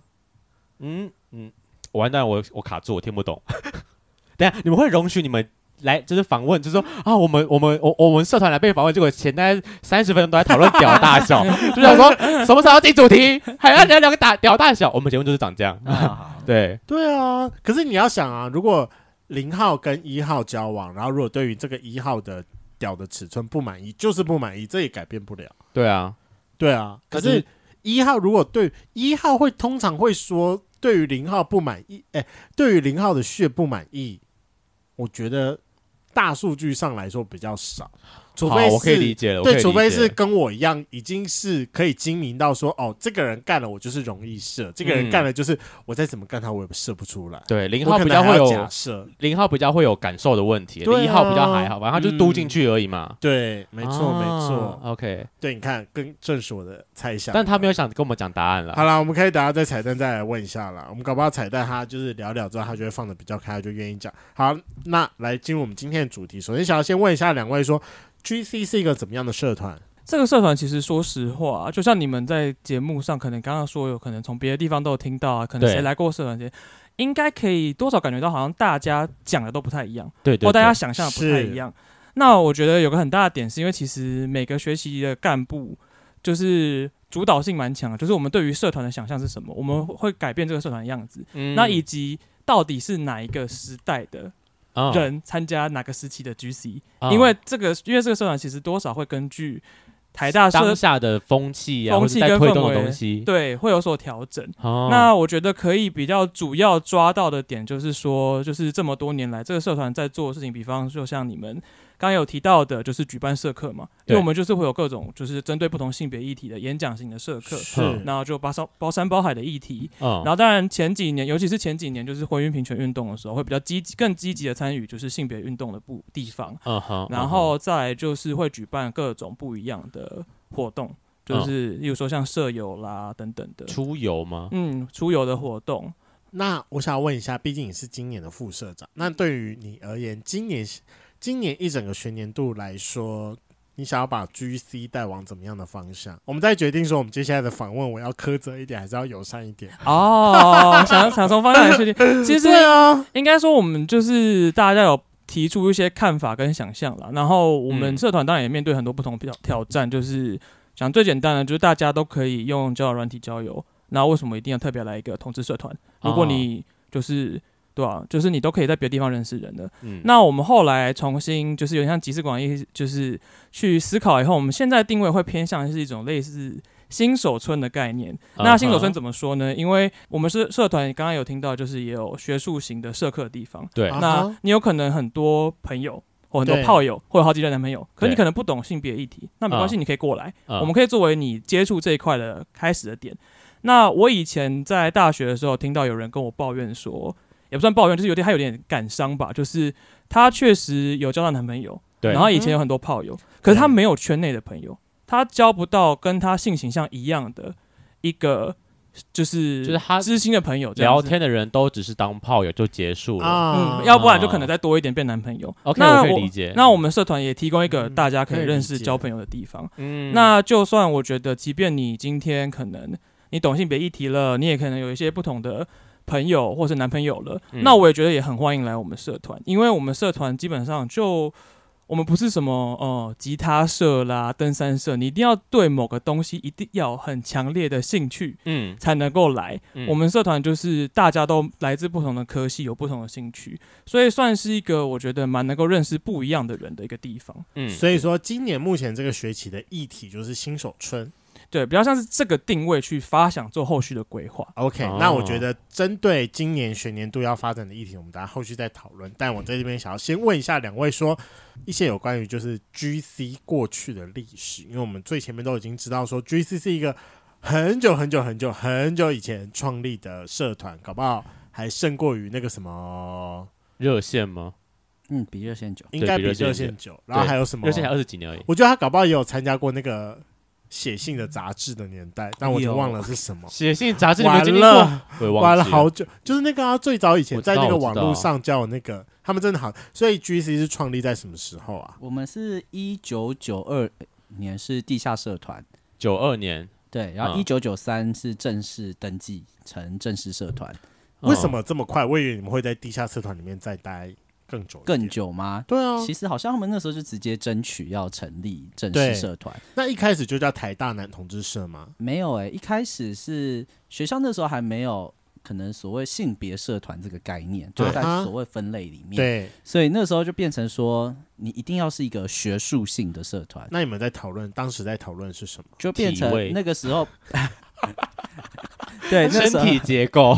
S1: 嗯嗯，完蛋，我我卡住，我听不懂。 [laughs] 等一下你们会容许你们来就是访问，就是说啊，我们我们我我们社团来被访问，结果前大概三十分钟都在讨论屌大小， [laughs] 就想说什么时候要进主题，还要聊聊个打屌大小。我们节目就是长这样，
S3: 啊，
S1: 对，
S2: 对啊，可是你要想啊，如果零号跟一号交往，然后如果对于这个一号的屌的尺寸不满意，就是不满意，这也改变不了。
S1: 对啊，
S2: 对啊，可是一号如果对一号会通常会说对于零号不满意，哎、对于零号的血不满意，我觉得大数据上来说比较少，除
S1: 好
S2: 非，是
S1: 我可以理解了，我可
S2: 对，
S1: 以
S2: 除
S1: 理
S2: 非
S1: 解
S2: 是跟我一样已经是可以精明到说哦，这个人干了我就是容易射，这个
S1: 嗯
S2: 人干了就是我再怎么干他我也射不出来，
S1: 对零
S2: 我
S1: 号
S2: 可
S1: 比
S2: 能
S1: 较
S2: 还
S1: 会
S2: 要
S1: 有
S2: 假设，
S1: 零号比较会有感受的问题，
S2: 对啊
S1: 零一号比较还好，反正他就是嘟进去而已嘛。
S2: 对，没错、
S1: 啊
S2: 没错，
S1: ，OK，
S2: 对，你看更正是我的猜想，
S1: 但他没有想跟我们讲答案
S4: 啊
S1: 了。
S2: 好啦，我们可以等下在彩蛋再来问一下啦。我们搞不好彩蛋他就是聊聊之后，他就会放的比较开，他就愿意讲。好，那来进入我们今天的主题。首先，想要先问一下两位说，GC 是一个怎么样的社团？
S4: 这个社团其实说实话，啊就像你们在节目上可能刚刚说，有可能从别的地方都有听到啊，可能
S1: 对
S4: 谁来过社团这些，应该可以多少感觉到好像大家讲的都不太一样，
S1: 对对
S4: 或
S1: 对，
S4: 大家想象的不太一样。那我觉得有个很大的点，是因为其实每个学期的干部就是主导性蛮强的，就是我们对于社团的想象是什么，我们会改变这个社团的样子，
S1: 嗯
S4: 那以及到底是哪一个时代的
S1: 啊
S4: 人参加哪个时期的 GC，
S1: 啊
S4: 因为这个，因为这个社团其实多少会根据台大社
S1: 当下的风气啊，
S4: 风
S1: 或者
S4: 气
S1: 在
S4: 跟
S1: 推
S4: 氛
S1: 动的
S4: 围
S1: 东西。
S4: 对会有所调整。
S1: 哦，
S4: 那我觉得可以比较主要抓到的点，就是说，就是这么多年来，这个社团在做的事情，比方就像你们刚刚有提到的，就是举办社课嘛，因
S1: 对
S4: 为我们就是会有各种就是针对不同性别议题的演讲型的社课，
S2: 是
S4: 然后就包山包山包海的议题，
S1: 嗯，
S4: 然后当然前几年，尤其是前几年，就是婚姻平权运动的时候，会比较积极、更积极的参与就是性别运动的部地方，
S1: 嗯哼，
S4: 然后再来就是会举办各种不一样的活动，就是例如说像舍友啦等等的
S1: 嗯哼。嗯出游吗？
S4: 嗯，出游的活
S1: [laughs]
S4: 动，
S2: 那我想问一下，毕竟你是今年的副社长，那对于你而言，今年今年一整个学年度来说，你想要把 GC 带往怎么样的方向？我们再决定说，我们接下来的访问，我要苛责一点，还是要友善一点？
S4: 哦，想想从方向来确定，
S1: [laughs]
S4: 其实
S2: 对啊，
S4: 应该说我们就是大家有提出一些看法跟想象啦，然后我们
S1: 嗯
S4: 社团当然也面对很多不同挑挑战，就是讲最简单的，就是大家都可以用交友软体交友，那为什么一定要特别来一个同志社团？如
S1: 哦
S4: 果你就是。对啊，就是你都可以在别的地方认识人的。
S1: 嗯
S4: 那我们后来重新就是有点像集思广益，就是去思考以后，我们现在定位会偏向是一种类似新手村的概念。
S1: 啊
S4: 那新手村
S1: 怎
S4: 怎么说呢？因为我们是社团，刚刚有听到，就是也有学术型的社课的地方。
S1: 对
S2: 啊哈
S4: 那你有可能很多朋友，或很多
S2: 对
S4: 炮友，或有好几任男朋友，可
S1: 对
S4: 你可能不懂性别议题，那没关系，
S1: 嗯
S4: 你可以过来，
S1: 嗯
S4: 我们可以作为你接触这一块的开始的点。那我以前在大学的时候，听到有人跟我抱怨说，也不算抱怨，就是有点他有点感伤吧，就是他确实有交到男朋友，
S1: 对嗯
S4: 然后以前有很多炮友，可是他没有圈内的朋友，他交不到跟他性倾向一样的一个就是
S1: 就是他
S4: 知心的朋友这样
S1: 聊
S4: 子，
S1: 天的人都只是当炮友就结束了？
S2: 啊
S4: 嗯，，要不然就可能再多一点变男朋友。
S1: OK，
S4: 那
S1: 我可以
S4: 我
S1: 理解
S4: 那我们社团也提供一个
S2: 嗯
S4: 大家可
S2: 可
S4: 以
S2: 以
S4: 认
S2: 理
S4: 识、
S2: 解
S4: 交朋友的地方。
S1: 嗯
S4: 那就算我觉得，即便你今天可能你懂性别议题了，你也可能有一些不同的朋友或是男朋友了，
S1: 嗯
S4: 那我也觉得也很欢迎来我们社团，因为我们社团基本上就。我们不是什么哦、呃吉他社啦、登山社，你一定要对某个东西一定要有很强烈的兴趣
S1: 嗯
S4: 才能够来。
S1: 嗯
S4: 我们社团就是大家都来自不同的科系，有不同的兴趣，所以算是一个我觉得蛮能够认识不一样的人的一个地方。
S1: 嗯
S2: 所以说，今年目前这个学期的议题就是新手村。
S4: 对，比较像是这个定位去发想做后续的规划。
S2: OK，、
S1: 哦
S2: 那我觉得针对今年学年度要发展的议题，我们大家后续再讨论。但
S1: 嗯
S2: 我在这边想要先问一下两位说一些有关于就是 GC 过去的历史，因为我们最前面都已经知道说 GC 是一个很久很久很久很久以前创立的社团，搞不好还胜过于那个什么，
S1: 热线吗？
S3: 嗯，比热线久。
S2: 应该比
S1: 对比热
S2: 热
S1: 线
S2: 线久。然后还有什么
S1: 热？线才二十几年而已。
S2: 我觉得他搞不好也有参加过那个写信的杂志的年代，但我已经
S3: 有
S2: 忘了是什么。
S1: 写信杂志你没有
S2: 完
S1: 经历过？
S2: 了。
S1: 我也忘
S2: 玩
S1: 记
S2: 了
S1: 了
S2: 好久，就是那个啊，最早以前
S1: 我知道
S2: 在那个
S1: 我知道
S2: 网络上叫我那个，他们真的好。所以 GC 是创立在什么时候啊？
S3: 我们是一九九二年是地下社团，
S1: 九二年，
S3: 对，然后
S1: 嗯
S3: 一九九三是正式登记成正式社团，
S1: 嗯
S2: 为什么这么快？我以为你们会在地下社团里面再待更久，
S3: 更。久吗？
S2: 对啊，
S3: 其实好像他们那时候就直接争取要成立正
S2: 对
S3: 式社团，
S2: 那一开始就叫台大男同志社吗？
S3: 没有哎、一开始是学校那时候还没有可能所谓性别社团这个概念，就
S2: 对
S3: 在
S2: 啊哈
S3: 所谓分类里面，
S2: 对，
S3: 所以那时候就变成说你一定要是一个学术性的社团，
S2: 那你们在讨论，当时在讨论是什么？
S3: 就变
S1: 体位
S3: 成那个时候，对，那
S1: 身
S3: 时候
S1: 体结构，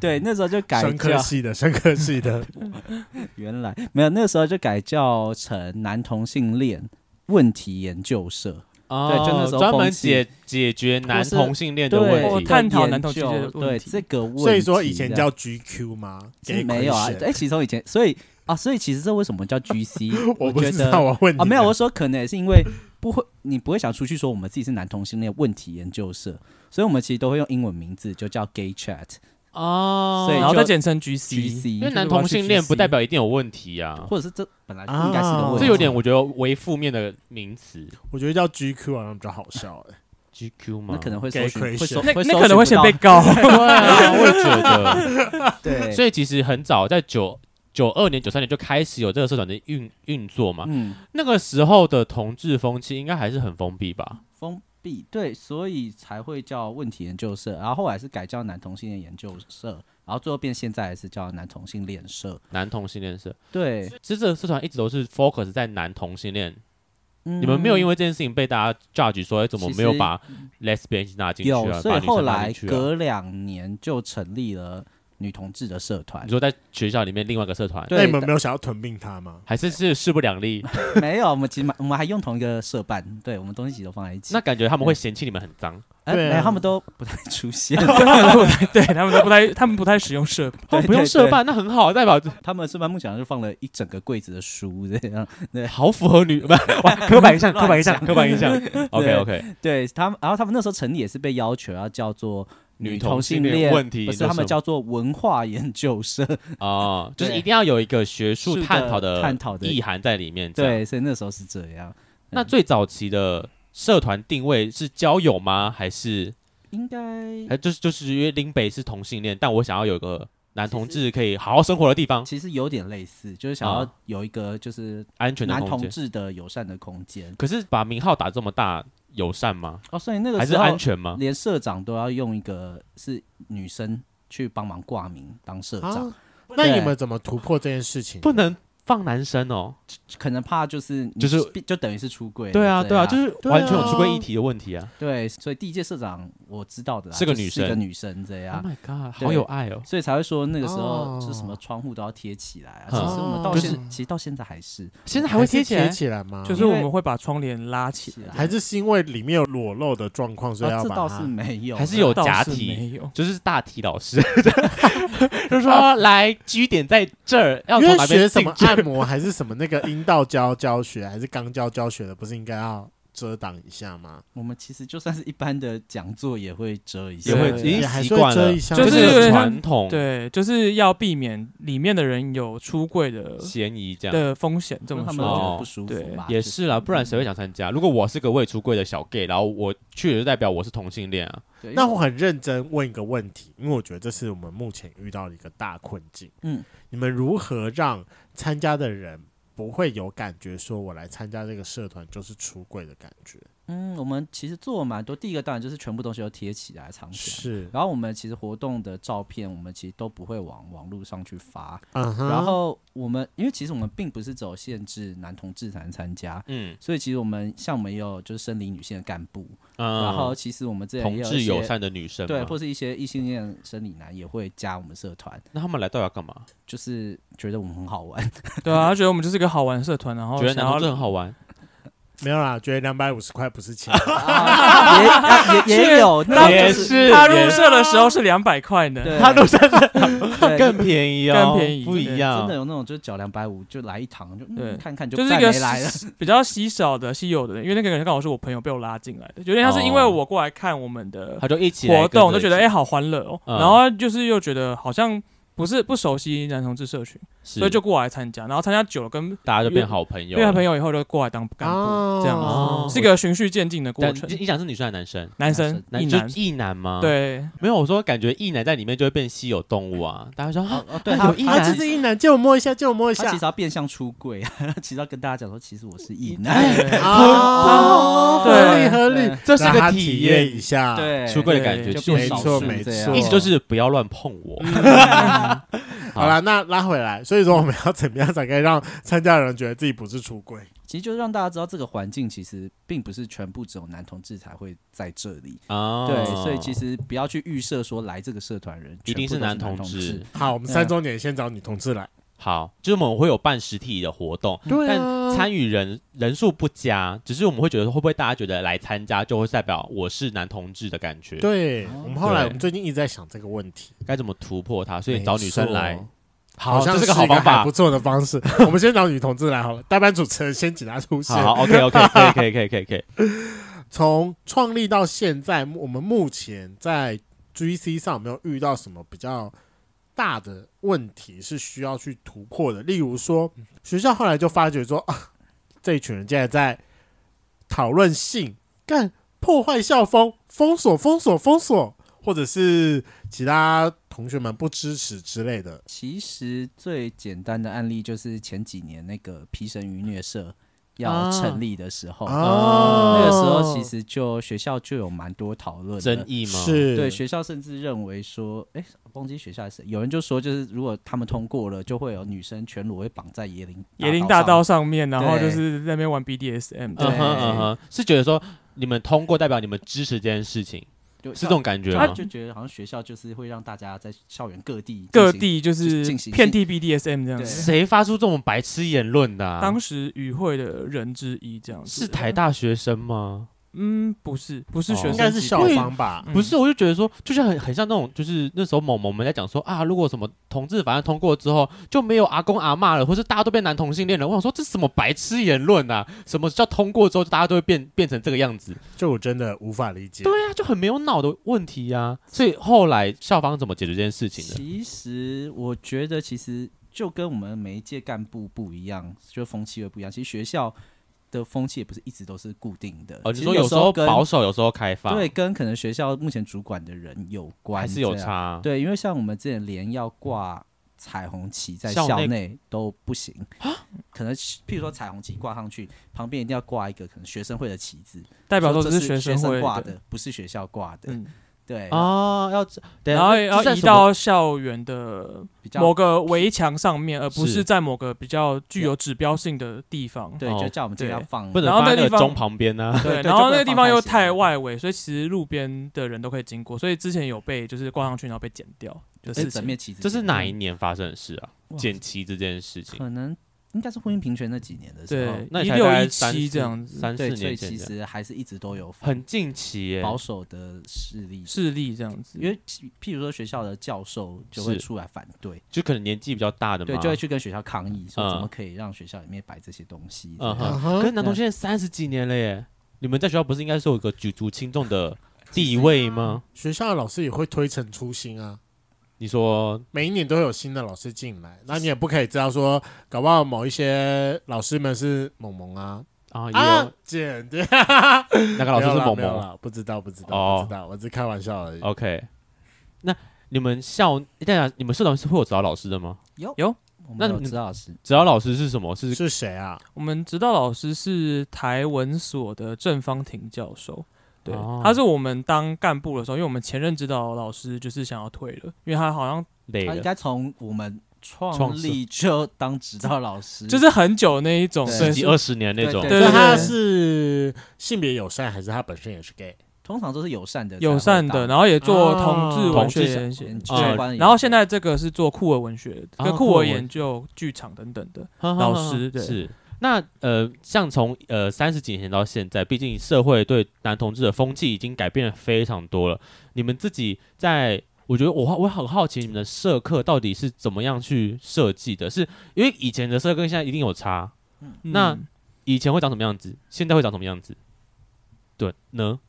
S3: 对那时候就改
S2: 深科
S3: 叫
S2: 系的，深科系的，
S3: [laughs] 原来没有，那时候就改叫成男同性恋问题研究社，
S1: 对
S3: 就那时
S1: 哦
S3: 候
S1: 专门
S3: 风气
S1: 解解决男
S3: 是
S1: 同性恋的
S3: 对，
S1: 问
S4: 或
S1: 题
S4: 他。探讨男同
S3: 性
S4: 性恋的
S3: 对
S4: 问题
S3: 这个问题，
S2: 所以说以前叫 GQ 吗？
S3: 是没有啊
S2: Gay，
S3: 哎、啊其实从以前，所以啊，所以其实这为什么叫 GC？
S2: question [laughs] 我不
S3: 觉
S2: 知道，
S3: 得
S2: 我问你
S3: 啊，没有，
S2: 的
S3: 我说可能也是因为不会，你不会想出去说我们自己是男同性恋问题研究社，所以我们其实都会用英文名字，就叫 Gay Chat
S1: 哦
S3: 所以
S4: 然后
S3: 就
S4: 再简称 GC，
S1: 因为
S3: GC，
S1: 男同性恋不代表一定有问题啊，
S3: 或者是这本来应该是个
S2: 啊
S3: 问题，
S1: 这有点我觉得为负面的名词。
S2: 我觉得叫 GQ 好像比较好笑
S1: [laughs]
S2: 哎。
S1: GQ 吗？
S3: 那可能会
S2: Gay
S3: 搜寻，会搜，
S4: 那
S3: 会搜
S4: 那可能会先
S1: [laughs]
S4: 被
S3: 寻 [laughs]
S4: 告。
S1: 对啊，我也觉得。
S3: 不到对，
S1: 所以其实很早，在九九二年、九三年就开始有这个社团的运运作嘛。
S3: 嗯。
S1: 那个时候的同志风气应该还是很封闭吧？
S3: 封闭，对，所以才会叫问题研究社，然后后来是改叫男同性恋研究社，然后最后变现在是叫男同性恋社，
S1: 男同性恋社，
S3: 对
S1: 其实这个社团一直都是 focus 在男同性恋
S3: 嗯
S1: 你们没有因为这件事情被大家 judge 说，哎，怎么没有把 lesbian 一起纳进去
S3: 有，
S1: 啊？
S3: 所
S1: 把
S3: 以
S1: 女
S3: 后
S1: 生纳
S3: 来
S1: 进去啊？
S3: 隔两年就成立了女同志的社团
S1: 你。说在学校里面另外一个社团，
S3: 对
S2: 那你们
S3: 的
S2: 没有想要吞并它吗？
S1: 还是是势不两
S3: [laughs]
S1: 立？
S3: 没有，我们其实蛮我们还用同一个社办，对我们东西都放在一起。
S1: 那感觉他们会嫌弃你们很脏。
S3: 哎
S2: 对啊
S3: 没有，他们都不太
S1: [laughs]
S3: 出现，
S4: 对他们都不太，他们不太使用设备，
S1: 哦，
S3: 对
S1: 不用
S3: 对
S1: 社
S3: 对
S1: 办，那很好，代 [laughs] 表
S3: 他们社办梦想就放了一整个柜子的书这样。
S1: 好符合女不哇刻板印
S3: [laughs]
S1: 象，刻板印象，刻板印象。OK
S3: 对
S1: OK，
S3: 对他们，然后他们那时候成立也是被要求要叫做
S1: 女同
S3: 同
S1: 性恋
S3: 恋
S1: 问题研究
S3: 不是他们
S1: 社
S3: 叫做文化研究
S1: [laughs]
S3: 社。
S1: 哦，就是
S3: 对
S1: 一定要有一个学术
S3: 是的
S1: 探讨的
S3: 探讨的
S1: 意涵在里面。这样，
S3: 对，所以那时候是这样，
S1: 那最早期的社团定位是交友吗？还是
S3: 应该
S1: 还就是就是因为林北是同性恋，但我想要有个男同志可以好好生活的地方，
S3: 其实有点类似，就是想
S1: 啊
S3: 要有一个就是
S1: 安全的
S3: 男
S1: 空
S3: 同
S1: 间。
S3: 志的友善的空间。
S1: 可是把名号打这么大，友善吗？
S3: 哦，所以那个
S1: 还是
S3: 时候
S1: 安全啊吗？
S3: 连社长都要用一个是女生去帮忙挂名当社长，
S2: 啊，那你们怎么突破这件事情？
S1: 不能放男生哦。
S3: 可能怕就是你
S1: 就是
S3: 就等于是出柜了这
S1: 对
S3: 样。
S1: 啊，对啊，就是
S2: 对
S1: 完全有出
S2: 啊
S1: 柜议题的问题啊。
S3: 对，所以第一届社长我知道的啦啊
S1: 是个
S3: 就
S1: 女
S3: 是个
S1: 生
S3: 女生这
S1: Oh
S3: 样。
S1: my god，好
S3: 对
S1: 有爱哦。
S3: 所以才会说那个时候
S2: 哦
S3: 就是什么窗户都要贴起来啊。
S1: 哼
S3: 其实我们到
S2: 就
S3: 现
S2: 是
S3: 其实到现在还是
S1: 现在还会贴起
S2: 起
S1: 来
S2: 贴？起来吗？
S4: 就是我们会把窗帘拉起来，
S2: 还是是因为里面有裸露的状况，所以
S3: 啊
S2: 要
S3: 这
S2: 把
S3: 倒
S2: 它
S3: 是没有啦，
S1: 还是有
S4: 倒
S1: 假
S4: 是
S1: 体
S4: 没有，
S1: 就是大体老师， [laughs] 就说来据点在这儿，要
S2: 因
S1: 从
S2: 为
S1: 哪边
S2: 学什
S1: 进
S2: 么
S1: 去？
S2: 按摩还是什么那个阴道教教学还是肛交教学的，不是应该要遮挡一下吗？
S3: 我们其实就算是一般的讲座也会遮一下，
S1: 也会
S2: 对
S1: 已经
S2: 也还
S1: 习
S2: 是会
S1: 惯
S2: 遮
S1: 了，
S2: 一下
S4: 就
S1: 就是
S4: 有点
S1: 是
S4: 像
S1: 传统
S4: 对，就是要避免里面的人有出柜的
S1: 嫌疑这样。
S4: 的风险，这
S3: 让
S4: 么
S3: 他们
S1: 说哦
S3: 觉
S4: 说。
S3: 得不舒服吧？
S1: 也
S3: 就是
S1: 啦，不然谁会想参加？如果我是个未出柜的小 gay，然后我去了就代表我是同性恋啊，
S3: 对
S2: 那我很认真问一个问题，因为我觉得这是我们目前遇到的一个大困境。
S3: 嗯，
S2: 你们如何让参加的人不会有感觉说我来参加这个社团就是出柜的感觉？
S3: 嗯，我们其实做蛮多，第一个当然就是全部东西都贴起来藏起来。
S2: 是，
S3: 然后我们其实活动的照片，我们其实都不会往网络上去发。
S2: 嗯哼，
S3: 然后我们，因为其实我们并不是走限制男同志才能参加，
S1: 嗯，
S3: 所以其实我们像我们也有就是生理女性的干部，
S1: 嗯
S3: 然后其实我们这
S1: 同
S3: 也有
S1: 志
S3: 一
S1: 友
S3: 些
S1: 善的女生嘛，
S3: 对，或是一些异性恋生理男也会加我们社团，
S1: 那他们来到底要干嘛？
S3: 就是觉得我们很好玩。
S4: 对啊，他觉得我们就是一个好玩的社团，然后
S1: 觉得
S4: 想
S1: 男同
S4: 要
S1: 志很好玩，
S2: 没有啦，觉得两百五十块不是钱，
S3: 啊 [laughs] 也也也有，那
S1: 也
S3: 就是
S1: 是
S4: 他入社的时候是两百块呢，
S3: 对，
S1: 他都是
S3: 对
S1: 更便宜哦，
S4: 更便宜
S1: 不一
S4: 对
S1: 样
S3: 真的，有那种就缴两百五就来一堂，就嗯
S4: 对
S3: 看看就
S4: 就是
S3: 再
S4: 一个
S3: 没来
S4: [laughs]
S3: 了。
S4: 比较稀少的、稀有的，因为那个人刚好是我朋友被我拉进来的，有点像是因为
S1: 哦
S4: 我过来看我们的
S1: 他就一起来
S4: 活动，
S1: 跟着
S4: 就觉得
S1: 一
S4: 哎、
S1: 起
S4: 好欢乐哦、
S1: 嗯
S4: 然后就是又觉得好像不是不熟悉男同志社群，
S1: 是
S4: 所以就过来参加，然后参加久了跟
S1: 大家就变好朋友了，
S4: 变成朋友以后就过来当干部、
S2: 哦
S4: 这样子、
S1: 哦
S4: 是一个循序渐进的过
S1: 但
S4: 程
S1: 你。你想是女生还是男生？
S4: 男
S3: 男
S4: 生
S1: 那
S4: 一
S1: 就啊
S4: 男，
S1: 异男吗？，
S4: 对，
S1: 没有我说感觉异男在里面就会变稀有动物啊，大家说啊，
S3: 哦，对
S1: 有
S3: 他
S1: 一
S2: 啊，
S1: 男
S2: 这是一男，借我摸一下，借我摸一
S3: 他
S2: 下
S3: 其实。要变相出柜啊， [laughs] 其实要跟大家讲说，其实我是异
S4: 对
S3: 男。
S2: 啊，合理
S4: 对
S2: 合理，
S1: 这是
S2: 让
S1: 个
S2: 他
S1: 体
S2: 体
S1: 验
S2: 验一下。，
S3: 对，
S1: 出柜的感觉，
S4: 对
S1: 就
S3: 就是变
S2: 没
S3: 少
S2: 错
S3: 数
S2: 没
S3: 这
S2: 错
S3: 样。
S1: 意思就是不要乱碰我。
S2: 好了，那拉回来，所以说我们要怎么样才可以让参加的人觉得自己不是出轨？
S3: 其实就是让大家知道这个环境其实并不是全部只有男同志才会在这里。
S1: 啊，
S3: 对，所以其实不要去预设说来这个社团人
S1: 一定
S3: 全部都
S1: 男
S3: 是
S1: 同
S3: 志。。
S2: 好，我们三周年先找女同志来。
S1: 好，就是我们会有办实体的活动，
S2: 对
S1: 但
S2: 啊
S1: 参与人人数不佳，只是我们会觉得会不会大家觉得来参加就会代表我是男同志的感觉，
S2: 对，
S3: 哦
S2: 我们后来
S1: 对
S2: 我们最近一直在想这个问题，
S1: 该怎么突破它？所以找女生来
S2: 没，错，
S1: 好，
S2: 像
S1: 这是个
S2: 个
S1: 好方
S2: 还
S1: 法
S2: 不。错的方式。我们先找女同志来好了，代班主持人先请她出现。
S1: 好，OK OK，可以可以可以可以可以，
S2: 从创立到现在，我们目前在 GC 上有没有遇到什么比较大的问题是需要去突破的？例如说，学校后来就发觉说，啊，这一群人竟然在讨论性，干破坏校风，封锁封锁封锁，或者是其他同学们不支持之类的。
S3: 其实最简单的案例就是前几年那个皮神与虐社，要成立的时候，
S2: 哦，
S3: 那个时候其实就学校就有蛮多讨论的
S1: 争议吗？
S2: 是
S3: 对，学校甚至认为说，哎、攻击学校还是有人就说，就是如果他们通过了，就会有女生全裸会绑在椰林
S4: 野林大道
S3: 上
S4: 上面，然后
S3: 对
S4: 就是在那边玩 BDSM，这
S1: 嗯
S4: 样
S1: 哼嗯哼，是觉得说你们通过代表你们支持这件事情，
S3: 面，
S1: 是这
S3: 就
S1: 种感觉
S3: 他
S1: 吗？
S3: 就觉得好像学校就是会让大家在校园各地
S4: 各
S3: 进行
S4: 地就是
S3: 进行
S4: 遍地 BDSM 这样
S3: 对
S4: 子。
S1: 谁发出这种白痴言论的啊、
S4: 当时与会的人之一这样子，
S1: 是台大学生吗？
S4: 嗯，不是，不是
S1: 哦
S4: 学生
S2: 应
S4: 级别，
S2: 该是校
S1: 因为
S2: 方吧？
S4: 嗯
S1: 不是，我就觉得说，就是很很像那种，就是那时候某某们在讲说啊，如果什么同志法案通过之后，就没有阿公阿嬷了，或是大家都变男同性恋了。我想说，这什么白痴言论啊？什么叫通过之后大家都会变变成这个样子？
S2: 这我真的无法理解。
S1: 对啊，就很没有脑的问题呀、啊。所以后来校方怎么解决这件事情呢？
S3: 其实我觉得，其实就跟我们每一届干部不一样，就风气会不一样。其实学校的风气也不是一直都是固定的，
S1: 哦，
S3: 其
S1: 你
S3: 实
S1: 说
S3: 有
S1: 时候
S3: 跟
S1: 保守，有时候开放，
S3: 对，跟可能学校目前主管啊的人有关，
S1: 还是有
S3: 这样。
S1: 差。啊
S3: 对，因为像我们之前连要挂彩虹旗在
S1: 校
S3: 校
S1: 内
S3: 内都不行，
S4: 啊
S3: 可能譬如说彩虹旗挂上去，旁边一定要挂一个可能学生会的旗子，
S4: 代表
S3: 说
S4: 都
S3: 这
S4: 是
S3: 学
S4: 生会
S3: 生挂，的，不是学校挂的。
S4: 嗯，
S3: 对，
S1: 啊，要这等一下
S4: 然
S1: 那
S4: 后
S1: 这
S4: 要
S1: 在
S4: 移
S1: 什么
S4: 到校园的
S3: 比较
S4: 某个围墙上面，而不
S1: 是
S4: 是在某个比较具有指标性的地方。
S3: 对，
S1: 哦
S3: 就叫我们这个要
S4: 对
S3: 放
S1: 不能
S4: 然后
S1: 放在
S4: 那
S1: 那
S4: 地
S1: 个
S4: 方
S1: 钟旁边啊 [laughs] 呢、
S3: 对，对
S4: 然后那个地方
S3: 就
S4: 又太
S3: 不能放
S4: 外围，所以其实路边的人都可以经过，所以之前有被就是挂上去然后被剪掉的
S3: 太斜，是哎整
S4: 事情。
S3: 面旗子。
S1: 这是哪一年发生的事啊？
S3: 哇
S1: 剪旗这件事情，哦
S3: 可能应该是婚姻平权那几年的时候，
S4: 对，
S1: 那
S4: 一
S1: 你才
S4: 六
S1: 大概
S4: 一
S1: 三
S4: 七
S1: 四
S4: 这样子，
S1: 三四
S3: 对，所以
S1: 年前
S3: 其
S1: 这样
S3: 实还是一直都有
S1: 很近期耶，
S3: 保守的势力，
S4: 势力这样子，
S3: 因为其譬如说学校的教授就会
S1: 是
S3: 出来反对，
S1: 就可能年纪比较大的嘛，
S3: 对，就会去跟学校抗议，说
S1: 嗯
S3: 怎么可以让学校里面摆这些东西？
S1: 嗯
S2: 嗯
S1: 哼。
S2: 哼
S1: 可是男同性恋三十几年了耶，你们在学校不是应该是有个举足轻重的地位
S3: [laughs]
S1: 吗？
S2: 学校的老师也会推陈出新啊，
S1: 你说
S2: 每一年都会有新的老师进来，那你也不可以知道说，搞不好某一些老师们是萌萌啊
S1: 啊，也
S2: 啊
S1: 有，
S2: 简对，
S1: 那个老师是某
S2: 没有啦没有
S1: 某
S2: 啦不知道不知道
S1: 哦
S2: 不知道，我只是开玩笑而已。
S1: ，OK，那。你们校，大家你们社团是会有指导老师的吗？
S3: 有
S4: 有，
S3: 我
S1: 那
S3: 们有
S1: 你
S3: 指导老师，
S1: 指导老师是什么？是
S2: 是谁啊？
S4: 我们指导老师是台文所的郑方廷教授，对，
S1: 哦
S4: 他是我们当干部的时候，因为我们前任指导老师就是想要退了，因为他好像
S1: 累
S3: 他应
S1: 了，
S3: 该从我们
S1: 创
S3: 创
S1: 始
S3: 立就当指导老师，
S4: 就是很久那一种，
S3: 对
S4: 对
S1: 十几二十年那种
S2: 所
S3: 对
S4: 对
S2: 以
S4: 对
S2: 他是性别友善，还是他本身也是 gay？
S3: 通常都是友善的才会当，
S4: 友善的，然后也做同志文
S1: 哦
S4: 学研究。
S3: 研究
S1: 对
S3: 关于
S4: 然后现在这个是做酷儿文学、
S1: 哦
S4: 跟
S1: 酷
S4: 酷
S1: 儿
S4: 儿
S1: 文
S4: 研究、剧场等等的，
S1: [laughs] 老
S4: 师对
S1: 是。那呃，像从呃三十几年前到现在，毕竟社会对男同志的风气已经改变了非常多了。你们自己在，我觉得我好我很好奇你们的社课到底是怎么样去设计的？是因为以前的社课跟现在一定有差，那
S4: 嗯
S1: 以前会长什么样子，现在会长什么样子？对呢？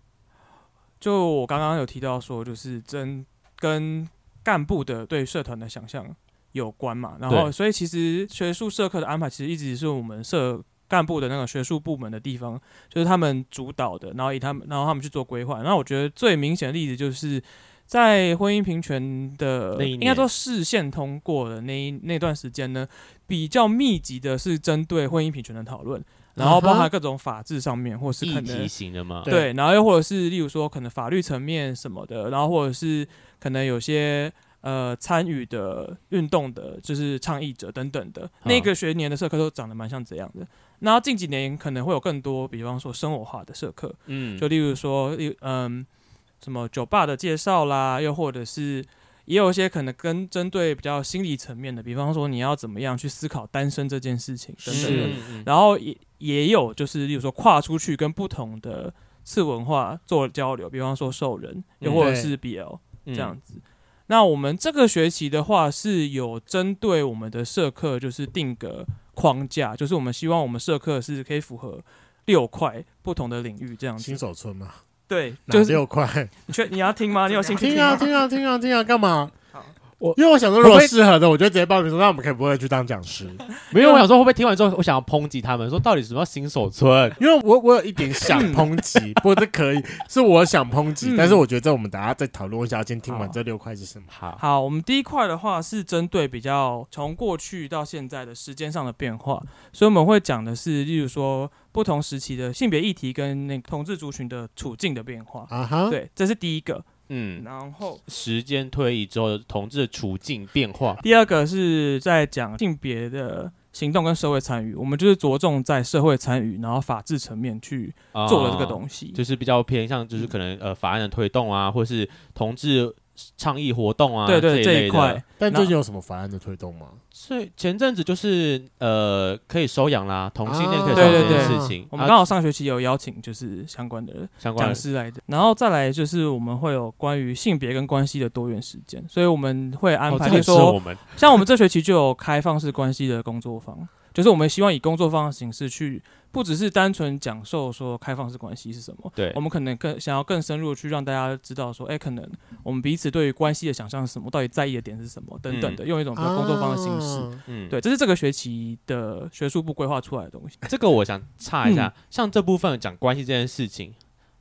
S4: 就我刚刚有提到说，就是真跟干部的对社团的想象有关嘛。然后，
S1: 对
S4: 所以其实学术社课的安排，其实一直是我们社干部的那个学术部门的地方，就是他们主导的，然后以他们，然后他们去做规划。那我觉得最明显的例子就是。在婚姻平权的
S1: 那一年
S4: 应该说视线通过的那一
S2: 嗯
S4: 那段时间呢，比较密集的是针对婚姻平权的讨论，然后
S2: 嗯
S4: 包含
S2: 哼
S4: 各种法制上面，或是
S1: 议
S4: 可能
S1: 题型的嘛？
S2: 对
S4: 对，然后又或者是例如说可能法律层面什么的，然后或者是可能有些呃参与的运动的，就是倡议者等等的，
S1: 嗯
S4: 那个学年的社科都长得蛮像这样的。然后近几年可能会有更多，比方说生活化的社课，
S1: 嗯，
S4: 就例如说，例嗯，什么酒吧的介绍啦，又或者是也有一些可能跟针对比较心理层面的，比方说你要怎么样去思考单身这件事情等等
S1: 是
S4: 的。
S1: 嗯
S4: 然后也也有就是，例如说跨出去跟不同的次文化做交流，比方说兽人，又或者是 BL
S1: 嗯
S4: 这样子。那我们这个学期的话，是有针对我们的社课，就是定个框架，就是我们希望我们社课是可以符合六块不同的领域这样
S2: 新
S4: 子。
S2: 手村嘛，
S4: 对，
S2: 哪
S4: 就是
S2: 六块？
S1: [laughs]
S4: 你确你要听吗？你有兴趣
S2: 听
S4: 吗
S2: 啊听啊听啊听啊，干嘛
S4: 好？
S2: 因为我想说，如
S1: 我
S2: 果
S1: 会
S2: 适合的，我就直接报名说，那我们可以不会去当讲师？
S1: 没有，我想说会不会听完之后，我想要抨击他们，说到底什么叫新手村？
S2: 因为我我有一点想
S1: [laughs]
S2: 抨击，不过这可以是我想抨击，
S4: 嗯
S2: 但是我觉得这我们大家再讨论一下，先听完
S1: 哦
S2: 这六块是什么。
S1: 好，
S4: 好，我们第一块的话是针对比较从过去到现在的时间上的变化，所以我们会讲的是，例如说不同时期的性别议题跟那个同志族群的处境的变化。
S2: 啊哈，
S4: 对，这是第一个。
S1: 嗯，
S4: 然后
S1: 时间推移之后，同志的处境变化，
S4: 第二个是在讲性别的行动跟社会参与，我们就是着重在社会参与，然后法治层面去
S1: 啊
S4: 做了这个东西。
S1: 就是比较偏向就是可能呃法案的推动啊，或是同志倡议活动啊，
S4: 对对，
S1: 这
S4: 这
S1: 类
S4: 一
S1: 的
S4: 块。
S2: 但最近有什么法案的推动吗？
S1: 最前阵子就是呃可以收养啦，同性恋可以
S4: 啊
S1: 收养
S4: 对
S1: 这
S4: 对
S1: 件
S4: 对
S1: 事情，
S4: 我们
S1: 啊
S4: 刚好上学期有邀请就是相关的
S1: 相关
S4: 讲
S1: 的哦
S4: 师来的，然后再来就是我们会有关于性别跟关系的多元时间，所以我们会安
S1: 哦
S4: 排，
S1: 这
S4: 就
S1: 很适
S4: 是
S1: 合
S4: 说，
S1: 我们
S4: 像我们这学期就有开放式关系的工作坊，就是我们希望以工作坊的形式去，不只是单纯讲授说开放式关系是什么，
S1: 对
S4: 我们可能更想要更深入地去让大家知道说，哎，可能我们彼此对于关系的想象是什么，到底在意的点是什么等等的，用一种比较工作坊的形式。
S2: 啊
S1: 嗯
S4: 对，这是这个学期的学术部规划出来的东西。
S1: 这个我想插一下，
S4: 嗯
S1: 像这部分讲关系这件事情，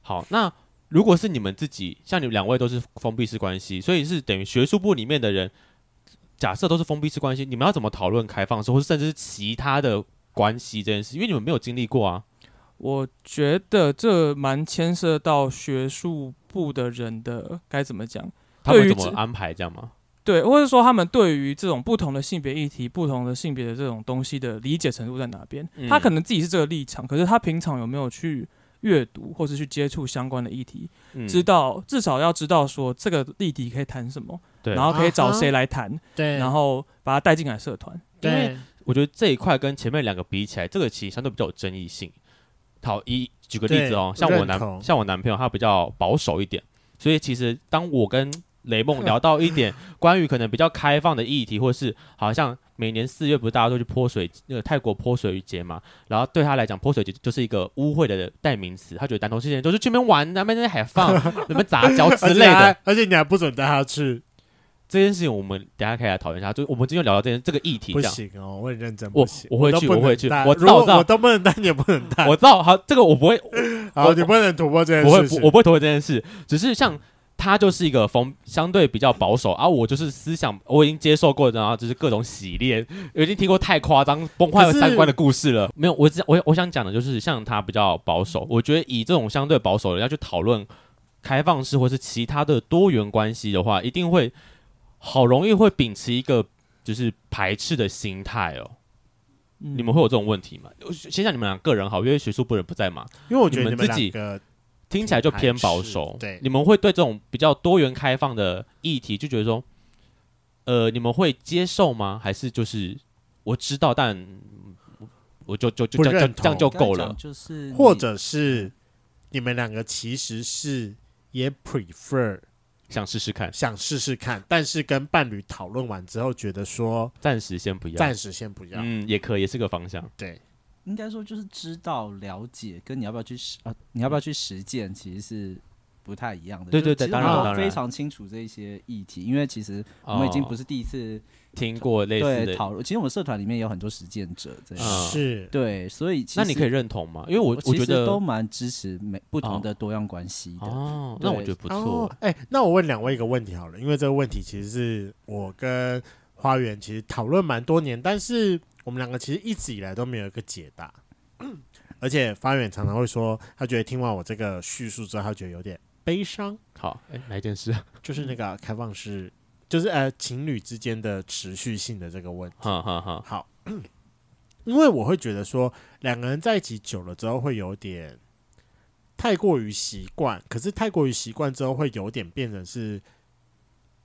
S1: 好，那如果是你们自己，像你们两位都是封闭式关系，所以是等于学术部里面的人，假设都是封闭式关系，你们要怎么讨论开放式，或是甚至是其他的关系这件事？因为你们没有经历过啊。
S4: 我觉得这蛮牵涉到学术部的人的该怎么讲，
S1: 他们
S4: 对于
S1: 怎么
S4: 这
S1: 安排这样吗？
S4: 对，或者说他们对于这种不同的性别议题、不同的性别的这种东西的理解程度在哪边？
S1: 嗯
S4: 他可能自己是这个立场，可是他平常有没有去阅读或是去接触相关的议题，
S1: 嗯
S4: 知道至少要知道说这个议题可以谈什么，
S1: 对
S4: 然后可以
S2: 啊
S4: 找
S2: 哈
S4: 谁来谈，
S2: 对，
S4: 然后把他带进来社团。
S1: 因为
S2: 对，
S1: 我觉得这一块跟前面两个比起来，这个其实相对比较有争议性。好，一举个例子哦，
S2: 对
S1: 像我
S2: 认同
S1: 男像我男朋友他比较保守一点，所以其实当我跟雷梦聊到一点关于可能比较开放的议题，或是好像每年四月不是大家都去泼水那个泰国泼水节嘛，然后对他来讲泼水节就是一个污秽的代名词，他觉得男同性恋都是去那边玩，那边那边海放，那边杂交之
S2: 而且
S1: 类的
S2: 还，，而且你还不准带他去，
S1: 这件事情我们等一下可以来讨论一下，就我们今天聊到这件这个议题
S2: 不
S1: 这样。
S2: 行哦，我很认真，
S1: 我
S2: 不行
S1: 我会去
S2: 都不能
S1: 我会去
S2: 带
S1: 我知
S2: 如
S1: 道
S2: 果
S1: 我知道
S2: 我都不能带，你也不能带，
S1: 我知道，好，这个我不会， [laughs]
S2: 好，你不能突破这
S1: 我
S2: 件
S1: 会
S2: 事情。
S1: 我不会同意这件事，只是像他就是一个风相对比较保守啊，我就是思想我已经接受过，然后就是各种洗练，我已经听过太夸张崩坏
S2: 可是
S1: 三观的故事了。没有，我只我我想讲的就是像他比较保守，我觉得以这种相对保守的要去讨论开放式或是其他的多元关系的话，一定会好容易会秉持一个就是排斥的心态哦。
S4: 嗯
S1: 你们会有这种问题吗？先讲你们俩个人好，因为学术部人不在嘛，
S2: 因为我觉得
S1: 你们
S2: 们
S1: 自己嗯
S2: 两个
S1: 听起来就偏保守
S2: 排斥。对
S1: 你们会对这种比较多元开放的议题就觉得说，呃，你们会接受吗？还是就是我知道，但我我就就就
S2: 不
S1: 这样
S2: 认
S1: 这样就
S2: 同
S1: 够
S3: 刚才
S1: 了
S3: 讲。就是
S2: 或者是你们两个其实是也 prefer
S1: 想试试看，
S2: 想试试看，但是跟伴侣讨论完之后，觉得说
S1: 暂时先不要。
S2: 暂时啊先不要。
S1: 嗯，也可以，也是个方向。
S2: 对，
S3: 你应该说就是知道、了解，跟你要不要去实啊，你要不要去实践，其实是不太一样的。
S1: 对对
S3: 就
S1: 对
S3: 是其实
S1: 当
S2: 然
S3: 我
S1: 当然
S3: 非常清楚这一些议题，因为其实我们已经不
S1: 是
S3: 是第一次
S1: 哦听过类似
S3: 对
S1: 的，
S3: 讨论，其实我们社团里面有很多实践者在，
S1: 嗯
S2: 是
S3: 对，所以其实
S1: 那你可以认同吗？因为我
S3: 我其
S1: 觉
S3: 实
S1: 得
S3: 都蛮支持每不同
S1: 哦
S3: 的多样关系的。
S1: 哦，那我觉得不错
S2: 哦。。哎、那我问两位一个问题好了，因为这个问题其实是我跟花园其实讨论蛮多年，但是我们两个其实一直以来都没有一个解答。而且花园常常会说，他觉得听完我这个叙述之后，他觉得有点悲伤，
S1: 好，哎，哪一件事？
S2: 就是那个啊开放式，就是呃情侣之间的持续性的这个问题。
S1: 哈哈哈，
S2: 好，因为我会觉得说，两个人在一起久了之后会有点太过于习惯，可是太过于习惯之后会有点变成是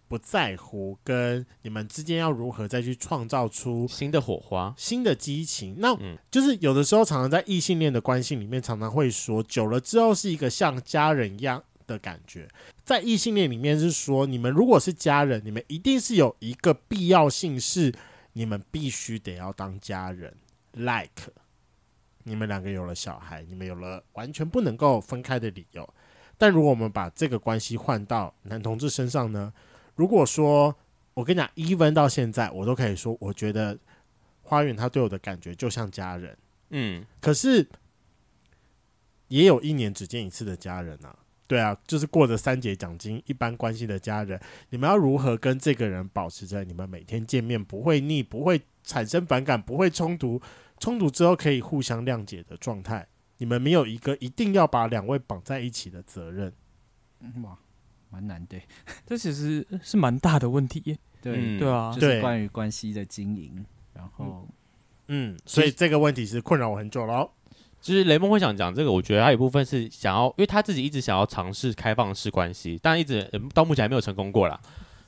S2: 不在乎，跟你们之间要如何再去创造出
S1: 新的火花。
S2: 新的激情。那、
S1: 嗯
S2: 就是有的时候常常在异性恋的关系里面，常常会说，久了之后是一个像家人一样的感觉。在异性恋里面是说，你们如果是家人，你们一定是有一个必要性是你们必须得要当家人，like。你们两个有了小孩，你们有了完全不能够分开的理由。但如果我们把这个关系换到男同志身上呢？如果说哦，我跟你讲，even 到现在，我都可以说，我觉得花园他对我的感觉就像家人。
S1: 嗯，
S2: 可是也有一年只见一次的家人啊。对啊，就是过着三节奖金一般关系的家人，你们要如何跟这个人保持着你们每天见面不会腻、不会产生反感、不会冲突，冲突之后可以互相谅解的状态？你们没有一个一定要把两位绑在一起的责任。
S3: 嗯哇，蛮难的。
S4: 这其实是蛮大的问题耶，
S3: 对，
S1: 嗯
S4: 对啊，
S3: 就
S2: 对
S3: 是关于关系的经营，然后
S2: 嗯，所以这个问题是困扰我很久了哦。
S1: 就是雷蒙会想讲这个，我觉得他有一部分是想要，因为他自己一直想要尝试开放式关系，但一直、呃到目前还没有成功过啦，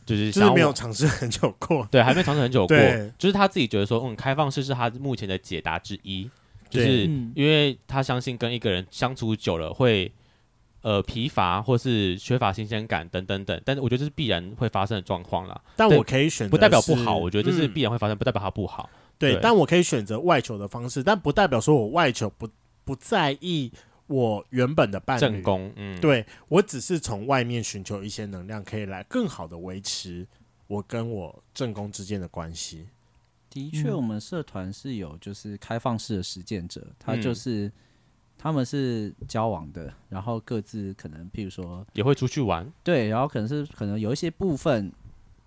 S1: 就是
S2: 就
S1: 想
S2: 是
S1: 要
S2: 没有尝试很久
S1: [laughs]
S2: 过。
S1: 对，还没尝试很久过
S2: 对，
S1: 就是他自己觉得说，嗯，开放式是他目前的解答之一，就
S2: 对
S1: 是
S4: 嗯
S1: 因为他相信跟一个人相处久了会呃疲乏或是缺乏新鲜感等等等，但是我觉得这是必然会发生的状况啦，
S2: 但
S1: 对
S2: 我可以选择是，
S1: 不代表不好，我觉得这是
S2: 嗯
S1: 必然会发生，不代表它不好。
S2: 对
S1: 对，
S2: 但我可以选择外求的方式，但不代表说我外求不不在意我原本的伴
S1: 正
S2: 侣。
S1: 宫，嗯，，
S2: 对我只是从外面寻求一些能量，可以来更好的维持我跟我正宫之间的关系。
S3: 的确，
S4: 嗯
S3: 我们社团是有就是开放式的实践者，他
S1: 嗯
S3: 就是、他们是交往的，然后各自可能譬如说
S1: 也会出去玩，
S3: 对，然后可能是可能有一些部分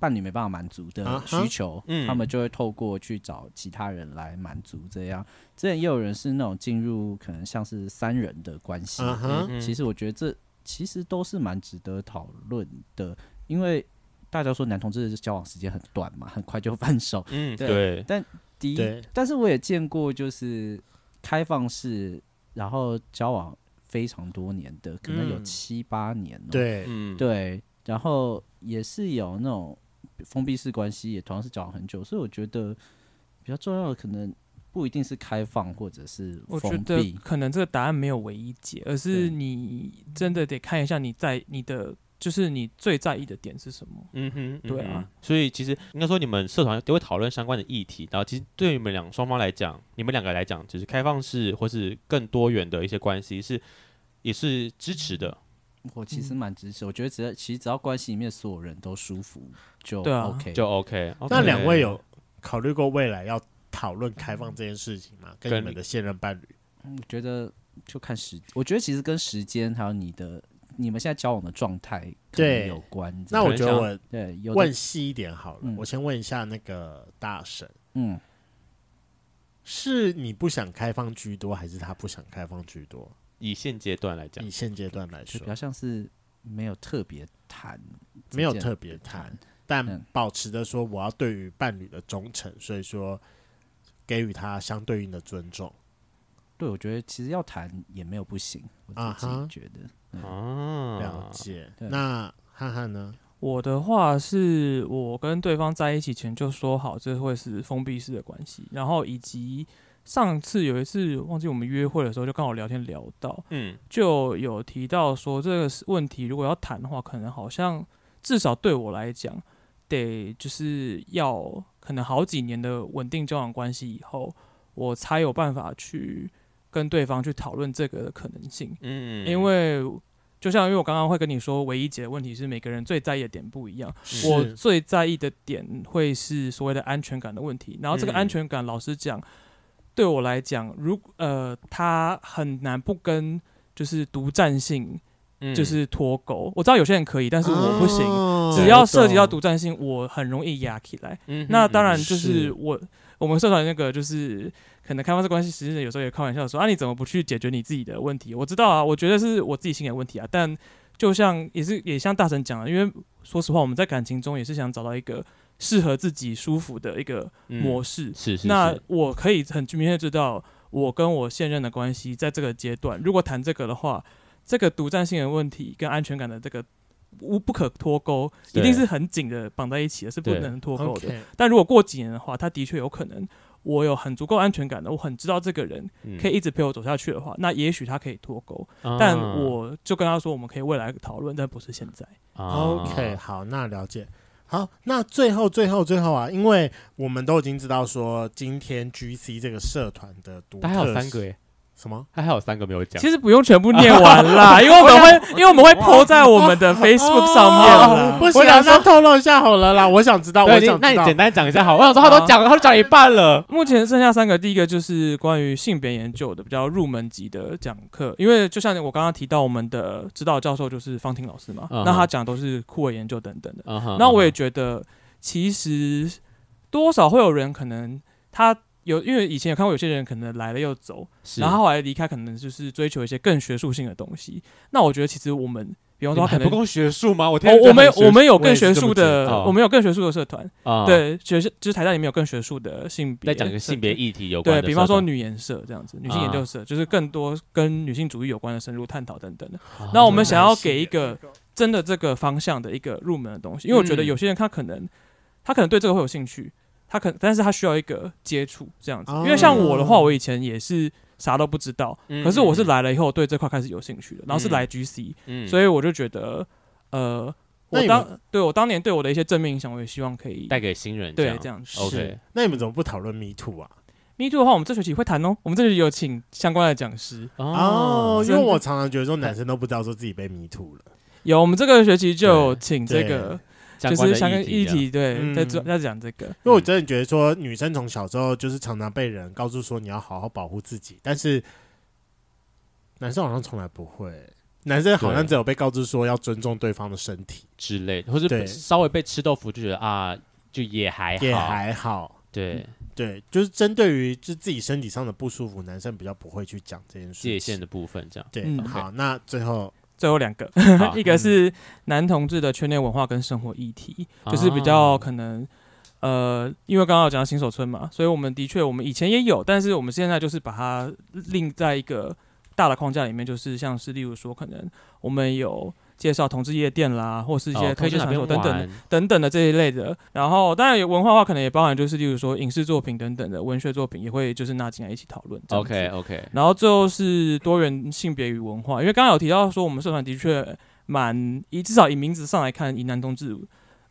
S3: 伴侣没办法满足的
S2: 啊哈
S3: 需求，
S1: 嗯
S3: 他们就会透过去找其他人来满足。这样，之前也有人是那种进入可能像是三人的关系，
S2: 嗯哼，
S1: 嗯
S3: 其实我觉得这其实都是蛮值得讨论的，因为大家说男同志的交往时间很短嘛，很快就分手。
S1: 嗯，
S3: 对
S1: 对，
S3: 第一
S2: 对，
S3: 但是我也见过就是开放式，然后交往非常多年的，可能有
S2: 嗯
S3: 七八年、哦。
S2: 对，
S1: 嗯，
S3: 对，然后也是有那种封闭式关系，也同样是交往很久，所以我觉得比较重要的可能不一定是开放或者是
S4: 我觉
S3: 封
S4: 得
S3: 闭，
S4: 可能这个答案没有唯一解，而是
S3: 对
S4: 你真的得看一下你在你的就是你最在意的点是什么。
S1: 嗯哼，
S4: 对啊
S1: 嗯哼，所以其实应该说你们社团都会讨论相关的议题，然后其实对于你们两双方来讲，你们两个来讲，就是开放式或是更多元的一些关系是也是支持的，
S3: 我其实蛮支持。我觉得只要其实只要关系里面所有人都舒服就
S4: 对啊
S3: OK。
S1: 就 OK, o k
S2: 那两位有考虑过未来要讨论开放这件事情吗？跟
S1: 跟
S2: 你们的现任伴侣？
S3: 我觉得就看时，我觉得其实跟时间还有你的你们现在交往的状态可能
S2: 对
S3: 有关。
S2: 那我觉得
S1: 想
S2: 我
S3: 对有的
S2: 问细一点好了，
S3: 嗯
S2: 我先问一下那个大神。
S3: 嗯，
S2: 是你不想开放居多，还是他不想开放居多？
S1: 以现阶段来讲
S2: 以，现阶段来
S3: 就
S2: 说
S3: 比，较像是没有特别谈这件，
S2: 没有特别谈，但
S3: 嗯
S2: 保持着说我要对于伴侣的忠诚，所以说给予他相对应的尊重。
S3: 对，我觉得其实要谈也没有不行，我
S2: 啊
S3: 自己
S2: 哈
S3: 觉得。
S2: 了
S4: 嗯
S1: 啊，
S2: 解。
S3: 对
S2: 那汉汉呢？
S4: 我的话是我跟对方在一起前就说好，这会是封闭式的关系，然后以及上次有一次忘记我们约会的时候，就刚好聊天聊到，
S1: 嗯，
S4: 就有提到说这个是问题，如果要谈的话，可能好像至少对我来讲，得就是要可能好几年的稳定交往关系以后，我才有办法去跟对方去讨论这个的可能性。
S1: 嗯，
S4: 因为就像因为我刚刚会跟你说，唯一解的问题是每个人最在意的点不一样。
S2: 是
S4: 我最在意的点会是所谓的安全感的问题。然后这个
S1: 嗯
S4: 安全感，老实讲，对我来讲，如呃，它很难不跟就是独占性
S1: 嗯
S4: 就是脱钩。我知道有些人可以，但是我不行。
S2: 哦
S4: 只要涉及到
S2: 我懂
S4: 独占性，我很容易压起来。
S1: 嗯哼
S4: 那当然
S1: 嗯
S4: 就是是我我们社团那个就是可能开放式关系，实际上有时候也开玩笑说啊，你怎么不去解决你自己的问题？我知道啊，我觉得是我自己心里的问题啊，但就像也是也像大神讲的，因为说实话，我们在感情中也是想找到一个适合自己舒服的一个
S1: 嗯
S4: 模式。
S1: 是是
S4: 那
S1: 是
S4: 我可以很明确地知道，我跟我现任的关系在这个阶段，如果谈这个的话，这个独占性的问题跟安全感的这个无不可脱钩，一
S1: 对
S4: 定是很紧的绑在一起的，是不
S1: 对
S4: 能脱钩的。
S2: OK，
S4: 但如果过几年的话，他的确有可能，我有很足够安全感的，我很知道这个人可以一直陪我走下去的话，那也许他可以脱钩。
S1: 嗯
S4: 但我就跟他说，我们可以未来讨论，但不是现在。
S1: 啊
S2: OK，好，那了解。好，那最后最后最后啊，因为我们都已经知道说今天 GC 这个社团的独
S1: 但还有
S2: 特
S1: 三
S2: 性
S4: 欸
S1: 个耶，
S2: 什么？
S1: 他还有三个没有讲。
S4: 其实不用全部念完啦，因为我们会，因为我们会 po 在我们的 Facebook 上面啦。
S2: 不行啊，那透露一下好了啦，我想知道，我
S1: 对，
S2: 想
S1: 你
S2: 知
S1: 那你
S2: 道啊
S1: 简。单讲一下好。我想说他都讲了，他都讲一半了。
S4: 目前剩下三个，第一个就是关于性别研究的比较入门级的讲课，因为就像我刚刚提到，我们的指导教授就是方婷老师嘛，
S1: 嗯哼
S4: 那他讲都是酷儿研究等等的。
S1: 嗯哼
S4: 那我也觉得，其实多少会有人可能他有，因为以前有看过有些人可能来了又走，
S1: 是
S4: 然后后来离开，可能就是追求一些更学术性的东西。那我觉得其实我们，比方
S1: 你们
S4: 说他
S1: 哦还
S4: 可能
S1: 不够学术吗？我天
S4: 哦，我们我们有
S2: 我也
S4: 更
S2: 是这
S4: 学
S2: 么
S1: 觉
S4: 术
S1: 得哦
S4: 的，我们有更学术的社团，
S1: 啊，
S4: 对，学生就是台大里面有更学术的性
S1: 在
S4: 别，
S1: 讲一个性别，议题有关
S4: 对
S1: 的
S4: 比方说
S1: 社
S4: 女研社这样子，女性研究
S1: 啊
S4: 社，就是更多跟女性主义有关的深入探讨等等的。
S1: 团，
S4: 那我们
S1: 啊
S4: 想要给一个真的这个方向的一个入门的东西，因为我觉得有些人他可能他可能对这个会有兴趣，他可但是他需要一个接触这样子。因为像我的话，
S2: 哦
S4: 我以前也是啥都不知道，
S1: 嗯
S4: 可是我是来了以后对这块开始有兴趣的，然后是来 GC，
S1: 嗯
S4: 所以我就觉得呃。
S2: 那
S4: 我
S2: 你
S4: 当对我当年对我的一些正面影响，我也希望可以
S1: 带给新人
S4: 对这样子。
S1: OK
S2: 是那你们怎么不讨论 Me Too 啊？
S4: Me too 的话，我们这学期会谈哦，我们这学期有请相关的讲师，
S2: 哦，因
S4: 真
S2: 为
S4: 的
S2: 我常常觉得说男生都不知道说自己被 Me Too 了。
S4: 有我们这个学期就有请这
S2: 对
S4: 个，
S1: 相
S4: 就
S1: 关
S4: 是
S1: 的
S4: 相关
S1: 议
S4: 议
S1: 题啊这样
S4: 题，对，
S2: 嗯
S4: 在做在讲这个，
S2: 因为我真的觉得说，女生从小时候就是常常被人告诉说你要好好保护自己，但是男生好像从来不会，男生好像
S1: 对
S2: 只有被告知说要尊重对方的身体，
S1: 之类的，或者
S2: 对
S1: 稍微被吃豆腐就觉得啊，就也还
S2: 也
S1: 好，
S2: 还好。
S4: 嗯
S1: 对
S2: 对，就是针对于就自己身体上的不舒服，男生比较不会去讲这件事情
S1: 界限。的部分这样。
S2: 对，
S4: 嗯
S2: 好，那最后
S4: 最后两个， [clears throat]
S1: 好
S4: [laughs] 一个是男同志的圈内文化跟生活议题，
S1: 啊
S4: 就是比较可能。呃，因为刚刚有讲到新手村嘛，所以我们的确我们以前也有，但是我们现在就是把它另在一个大的框架里面，就是像是例如说，可能我们有介绍同志夜店啦，或是一些
S1: 哦
S4: 推
S1: 可以去
S4: 荐
S1: 哪
S4: 场所
S1: 边
S4: 等等的
S1: 玩
S4: 等等的这一类的。然后当然有文化的话，可能也包含就是例如说影视作品等等的文学作品，也会就是纳进来一起讨论。这样子
S1: ？OK OK，
S4: 然后最后是多元性别与文化，因为刚刚有提到说我们社团的确蛮以至少以名字上来看以男同志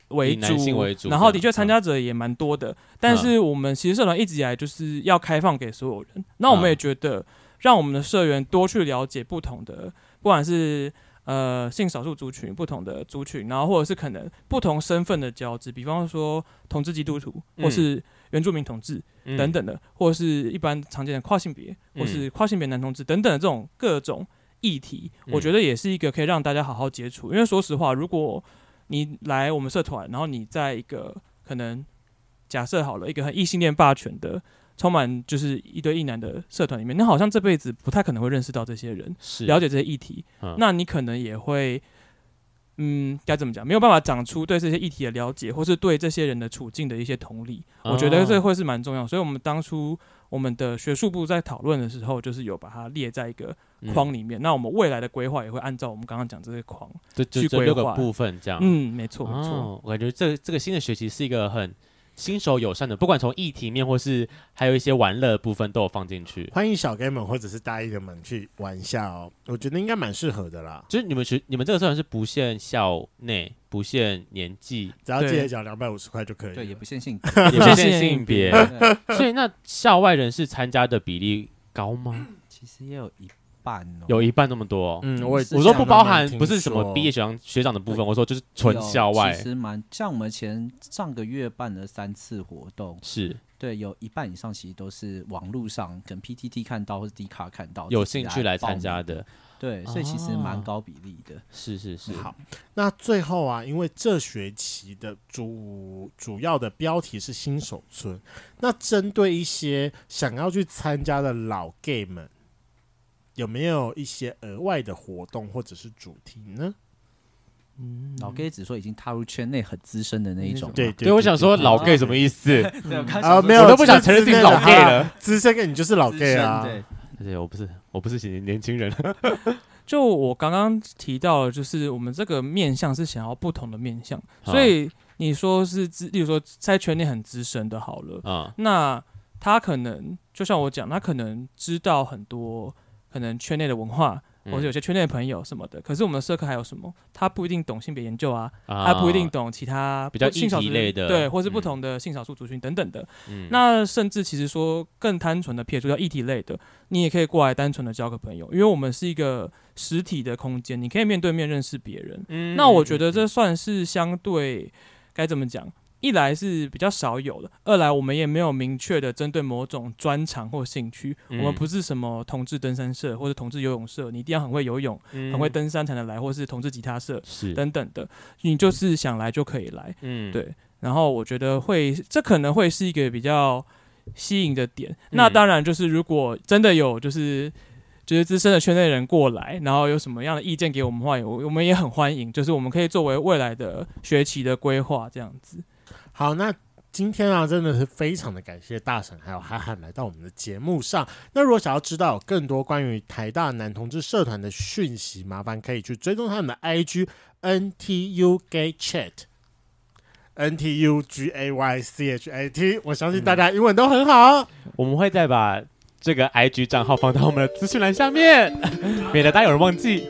S4: 为
S1: 以男性
S4: 主，
S1: 为主
S4: 然
S1: 这
S4: 后的
S1: 样嗯
S4: 确参加者也蛮多的。但是我们其实社团一直以来就是要开放给所有人，那我们
S1: 嗯
S4: 也觉得让我们的社员多去了解不同的，不管是。呃，性少数族群、不同的族群，然后或者是可能不同身份的交织，比方说同志基督徒，或
S1: 嗯
S4: 是原住民同志，
S1: 嗯
S4: 等等的，或是一般常见的跨性别，
S1: 嗯
S4: 或是跨性别男同志等等的这种各种议题，
S1: 嗯
S4: 我觉得也是一个可以让大家好好接触。因为说实话，如果你来我们社团，然后你在一个可能假设好了一个很异性恋霸权的。充满就是一对一男的社团里面，那好像这辈子不太可能会认识到这些人，
S1: 是
S4: 了解这些议题，
S1: 嗯
S4: 那你可能也会，嗯，该怎么讲？没有办法长出对这些议题的了解，或是对这些人的处境的一些同理。
S1: 哦
S4: 我觉得这会是蛮重要。所以我们当初我们的学术部在讨论的时候，就是有把它列在一个框
S1: 里
S4: 里面。那我们未来的规划也会按照我们刚刚讲这个框。
S1: 这这
S4: 去
S1: 这
S4: 规
S1: 六个
S4: 划
S1: 部分这样。
S4: 嗯，没错，没错。
S1: 啊哦，我感觉这这个新的学期是一个很新手友善的，不管从议题面或是还有一些玩乐的部分都有放进去。
S2: 欢迎小 gay 们或者是大一的们去玩一下哦，我觉得应该蛮适合的啦，
S1: 就是你们学你们这个社团是不限校内、不限年纪，
S2: 只要
S4: 对
S2: 记得缴两百五十块就可以了。
S3: 对，也不限性格，
S1: 也 [laughs] 不
S4: 限
S1: 限
S4: 性
S1: 性
S4: 别
S1: 别。
S3: 对
S1: 所以那校外人士参加的比例高吗？
S3: 其实也有一半
S1: [laughs]
S3: 哦，
S1: 有一半那么多哦、
S2: 嗯，我也
S3: 是
S1: 我说
S3: 这
S1: 不
S3: 样
S1: 包含不是什
S2: 听
S1: 么
S2: 说
S1: 毕业学长学长的部分，
S3: 对
S1: 我说就是纯
S3: 有
S1: 校外
S3: 哦其实蛮像我们前上个月办了三次活动，
S1: 是
S3: 对，有一半以上其实都是网络上可能 PTT 看到或者 D 卡看到，
S1: 有
S3: 自己
S1: 兴趣来
S3: 报
S1: 参
S3: 名
S1: 加，的，
S3: 对，所以其实
S1: 哦
S3: 蛮高比例的。
S1: 是是是，
S2: 好，那最后啊，因为这学期的主主要的标题是新手村，那针对一些想要去参加的老 gay 们，有没有一些额外的活动或者是主题呢？
S3: 老 gay 只说已经踏入圈内很资深的那一种嘛，
S2: 嗯对
S1: 啊对，我想说老 gay 什么意思？
S3: 对，我
S2: 啊，
S3: 刚想
S2: 没
S3: 说
S2: 有，
S1: 我都不想承认自己是老 gay 了，
S2: 资深 gay 你就是老
S3: 资
S2: gay
S3: 深
S2: 啊，
S3: 对，
S1: 对，我不是我不是年年轻人，
S4: 就我刚刚提到，就是我们这个面向是想要不同的面向，
S1: 好
S4: 所以你说是资，例如说在圈内很资深的，好了，
S1: [laughs] 啊，
S4: [laughs] 那他可能就像我讲，他可能知道很多可能圈内的文化，
S1: 嗯
S4: 或者有些圈内的朋友什么的。可是我们社科还有什么？他不一定懂性别研究啊，
S1: 啊
S4: 他不一定懂其他
S1: 比较
S4: 性少
S1: 议
S4: 数
S1: 题类的
S4: 对，或是不
S1: 嗯
S4: 同的性少数族群等等的。
S1: 嗯
S4: 那甚至其实说更单纯的撇除掉议题类的，你也可以过来单纯的交个朋友，因为我们是一个实体的空间，你可以面对面认识别人。
S1: 嗯
S4: 那我觉得这算是相对该怎么讲？一来是比较少有的，二来我们也没有明确的针对某种专长或兴趣，
S1: 嗯
S4: 我们不是什么同志登山社或者同志游泳社，你一定要很会游泳、很会登山才能来，或是同志吉他社
S1: 嗯是
S4: 等等的，你就是想来就可以来。
S1: 嗯
S4: 对然后我觉得会，这可能会是一个比较吸引的点。
S1: 嗯
S4: 那当然就是，如果真的有就是就是资深的圈内人过来，然后有什么样的意见给我们的话，我我们也很欢迎。就是我们可以作为未来的学期的规划这样子。
S2: 好，那今天啊，真的是非常的感谢大婶还有憨憨来到我们的节目上。那如果想要知道有更多关于台大男同志社团的讯息，麻烦可以去追踪他们的 IG NTU Gay Chat。N T U G A Y C H A T，我相信大家英文都很好。
S1: 我们会再把这个 IG 账号放到我们的资讯栏下面，免得大家有人忘记。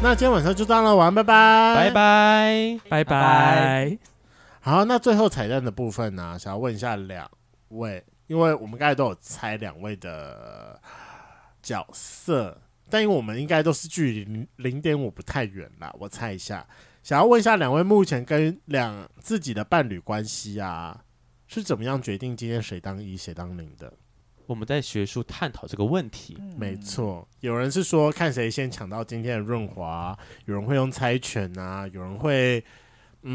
S2: 那今天晚上就这样了，晚安，拜
S1: 拜。
S2: 拜，
S1: 拜。
S4: 拜
S3: 拜
S4: 拜。
S2: 好，那最后彩蛋的部分呢、啊想要问一下两位，因为我们刚才都有猜两位的角色，但因为我们应该都是距离零点五不太远啦，我猜一下，想要问一下两位目前跟两自己的伴侣关系啊，是怎么样决定今天谁当一谁当零的？
S1: 我们在学术探讨这个问题，
S2: 没错，有人是说看谁先抢到今天的润滑，有人会用猜拳啊，有人会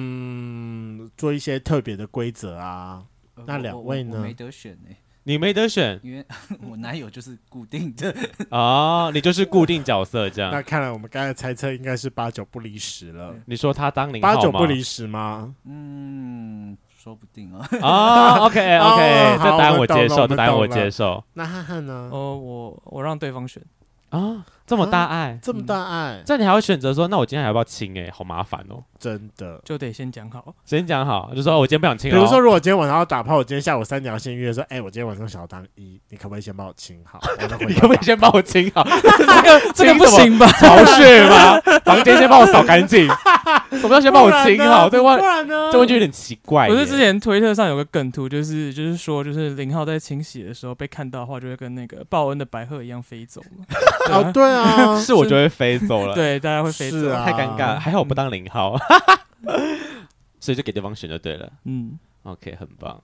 S2: 嗯做一些特别的规则啊。
S3: 呃
S2: 那
S3: 我
S2: 两
S3: 我
S2: 位
S3: 我
S2: 呢
S3: 没得选呢、 [laughs]
S1: 你没得选
S3: 因为我男友就是固定的，
S1: 哦，你就是固定角色这
S2: 那
S1: 样。
S2: 看来我们刚才的猜测应该是八九不离十了，
S1: 你说他当零号
S2: 八
S1: 吗？
S2: 九不离十吗？
S3: 嗯，说不定啊。
S1: 啊，OK
S2: [laughs] 哦
S1: OK，这
S2: 好
S1: 答案
S2: 我
S1: 我
S2: 懂
S1: 接
S2: 了
S1: 受，
S2: 我
S1: 这
S2: 们
S1: 答案
S2: 懂
S1: 我
S2: 了
S1: 接受
S2: 那汉汉呢？
S4: 哦，我我让对方选，
S1: 啊，这么大爱，
S2: 这么大爱，
S1: 这样你还会选择说，那我今天还要不要亲？哎，好麻烦哦。
S2: 真的。
S4: 就得先
S1: [laughs]
S4: 讲好。
S1: 先讲好，就说哦我今天不想
S2: 比
S1: 亲哦。
S2: 如说，如果今天晚上要打炮，我今天下午三点要先约说，哎、我今天晚上想要当一，你可不可以先帮我亲好？我再回
S1: [laughs] 你
S2: 家
S1: 可不可以
S2: 打
S1: 先帮我亲
S2: [laughs]
S1: 好？这个
S4: 这个
S1: 亲什
S4: 不，
S1: 么
S4: 行吧？
S1: 巢穴吗？房间先帮我扫干
S2: [laughs]
S1: 净。什么叫先帮我亲好？这个
S2: 不
S1: 问
S2: 然呢？
S1: 这问句有点奇怪耶。
S4: 不是之前推特上有个梗图，就是就是说，就是零号在清洗的时候被看到的话，就会跟那个报恩的白鹤一样飞走
S2: [laughs]
S4: 嘛。对
S2: 哦，
S4: 啊
S2: 对
S1: [laughs]
S2: 啊，
S1: 是我就会飞走了，，
S4: 对，大家会飞走。
S2: 是啊
S1: 太尴尬了。还好我 [laughs] 不当零号，所以就给对方选就对了。
S4: 嗯，
S1: OK，很棒。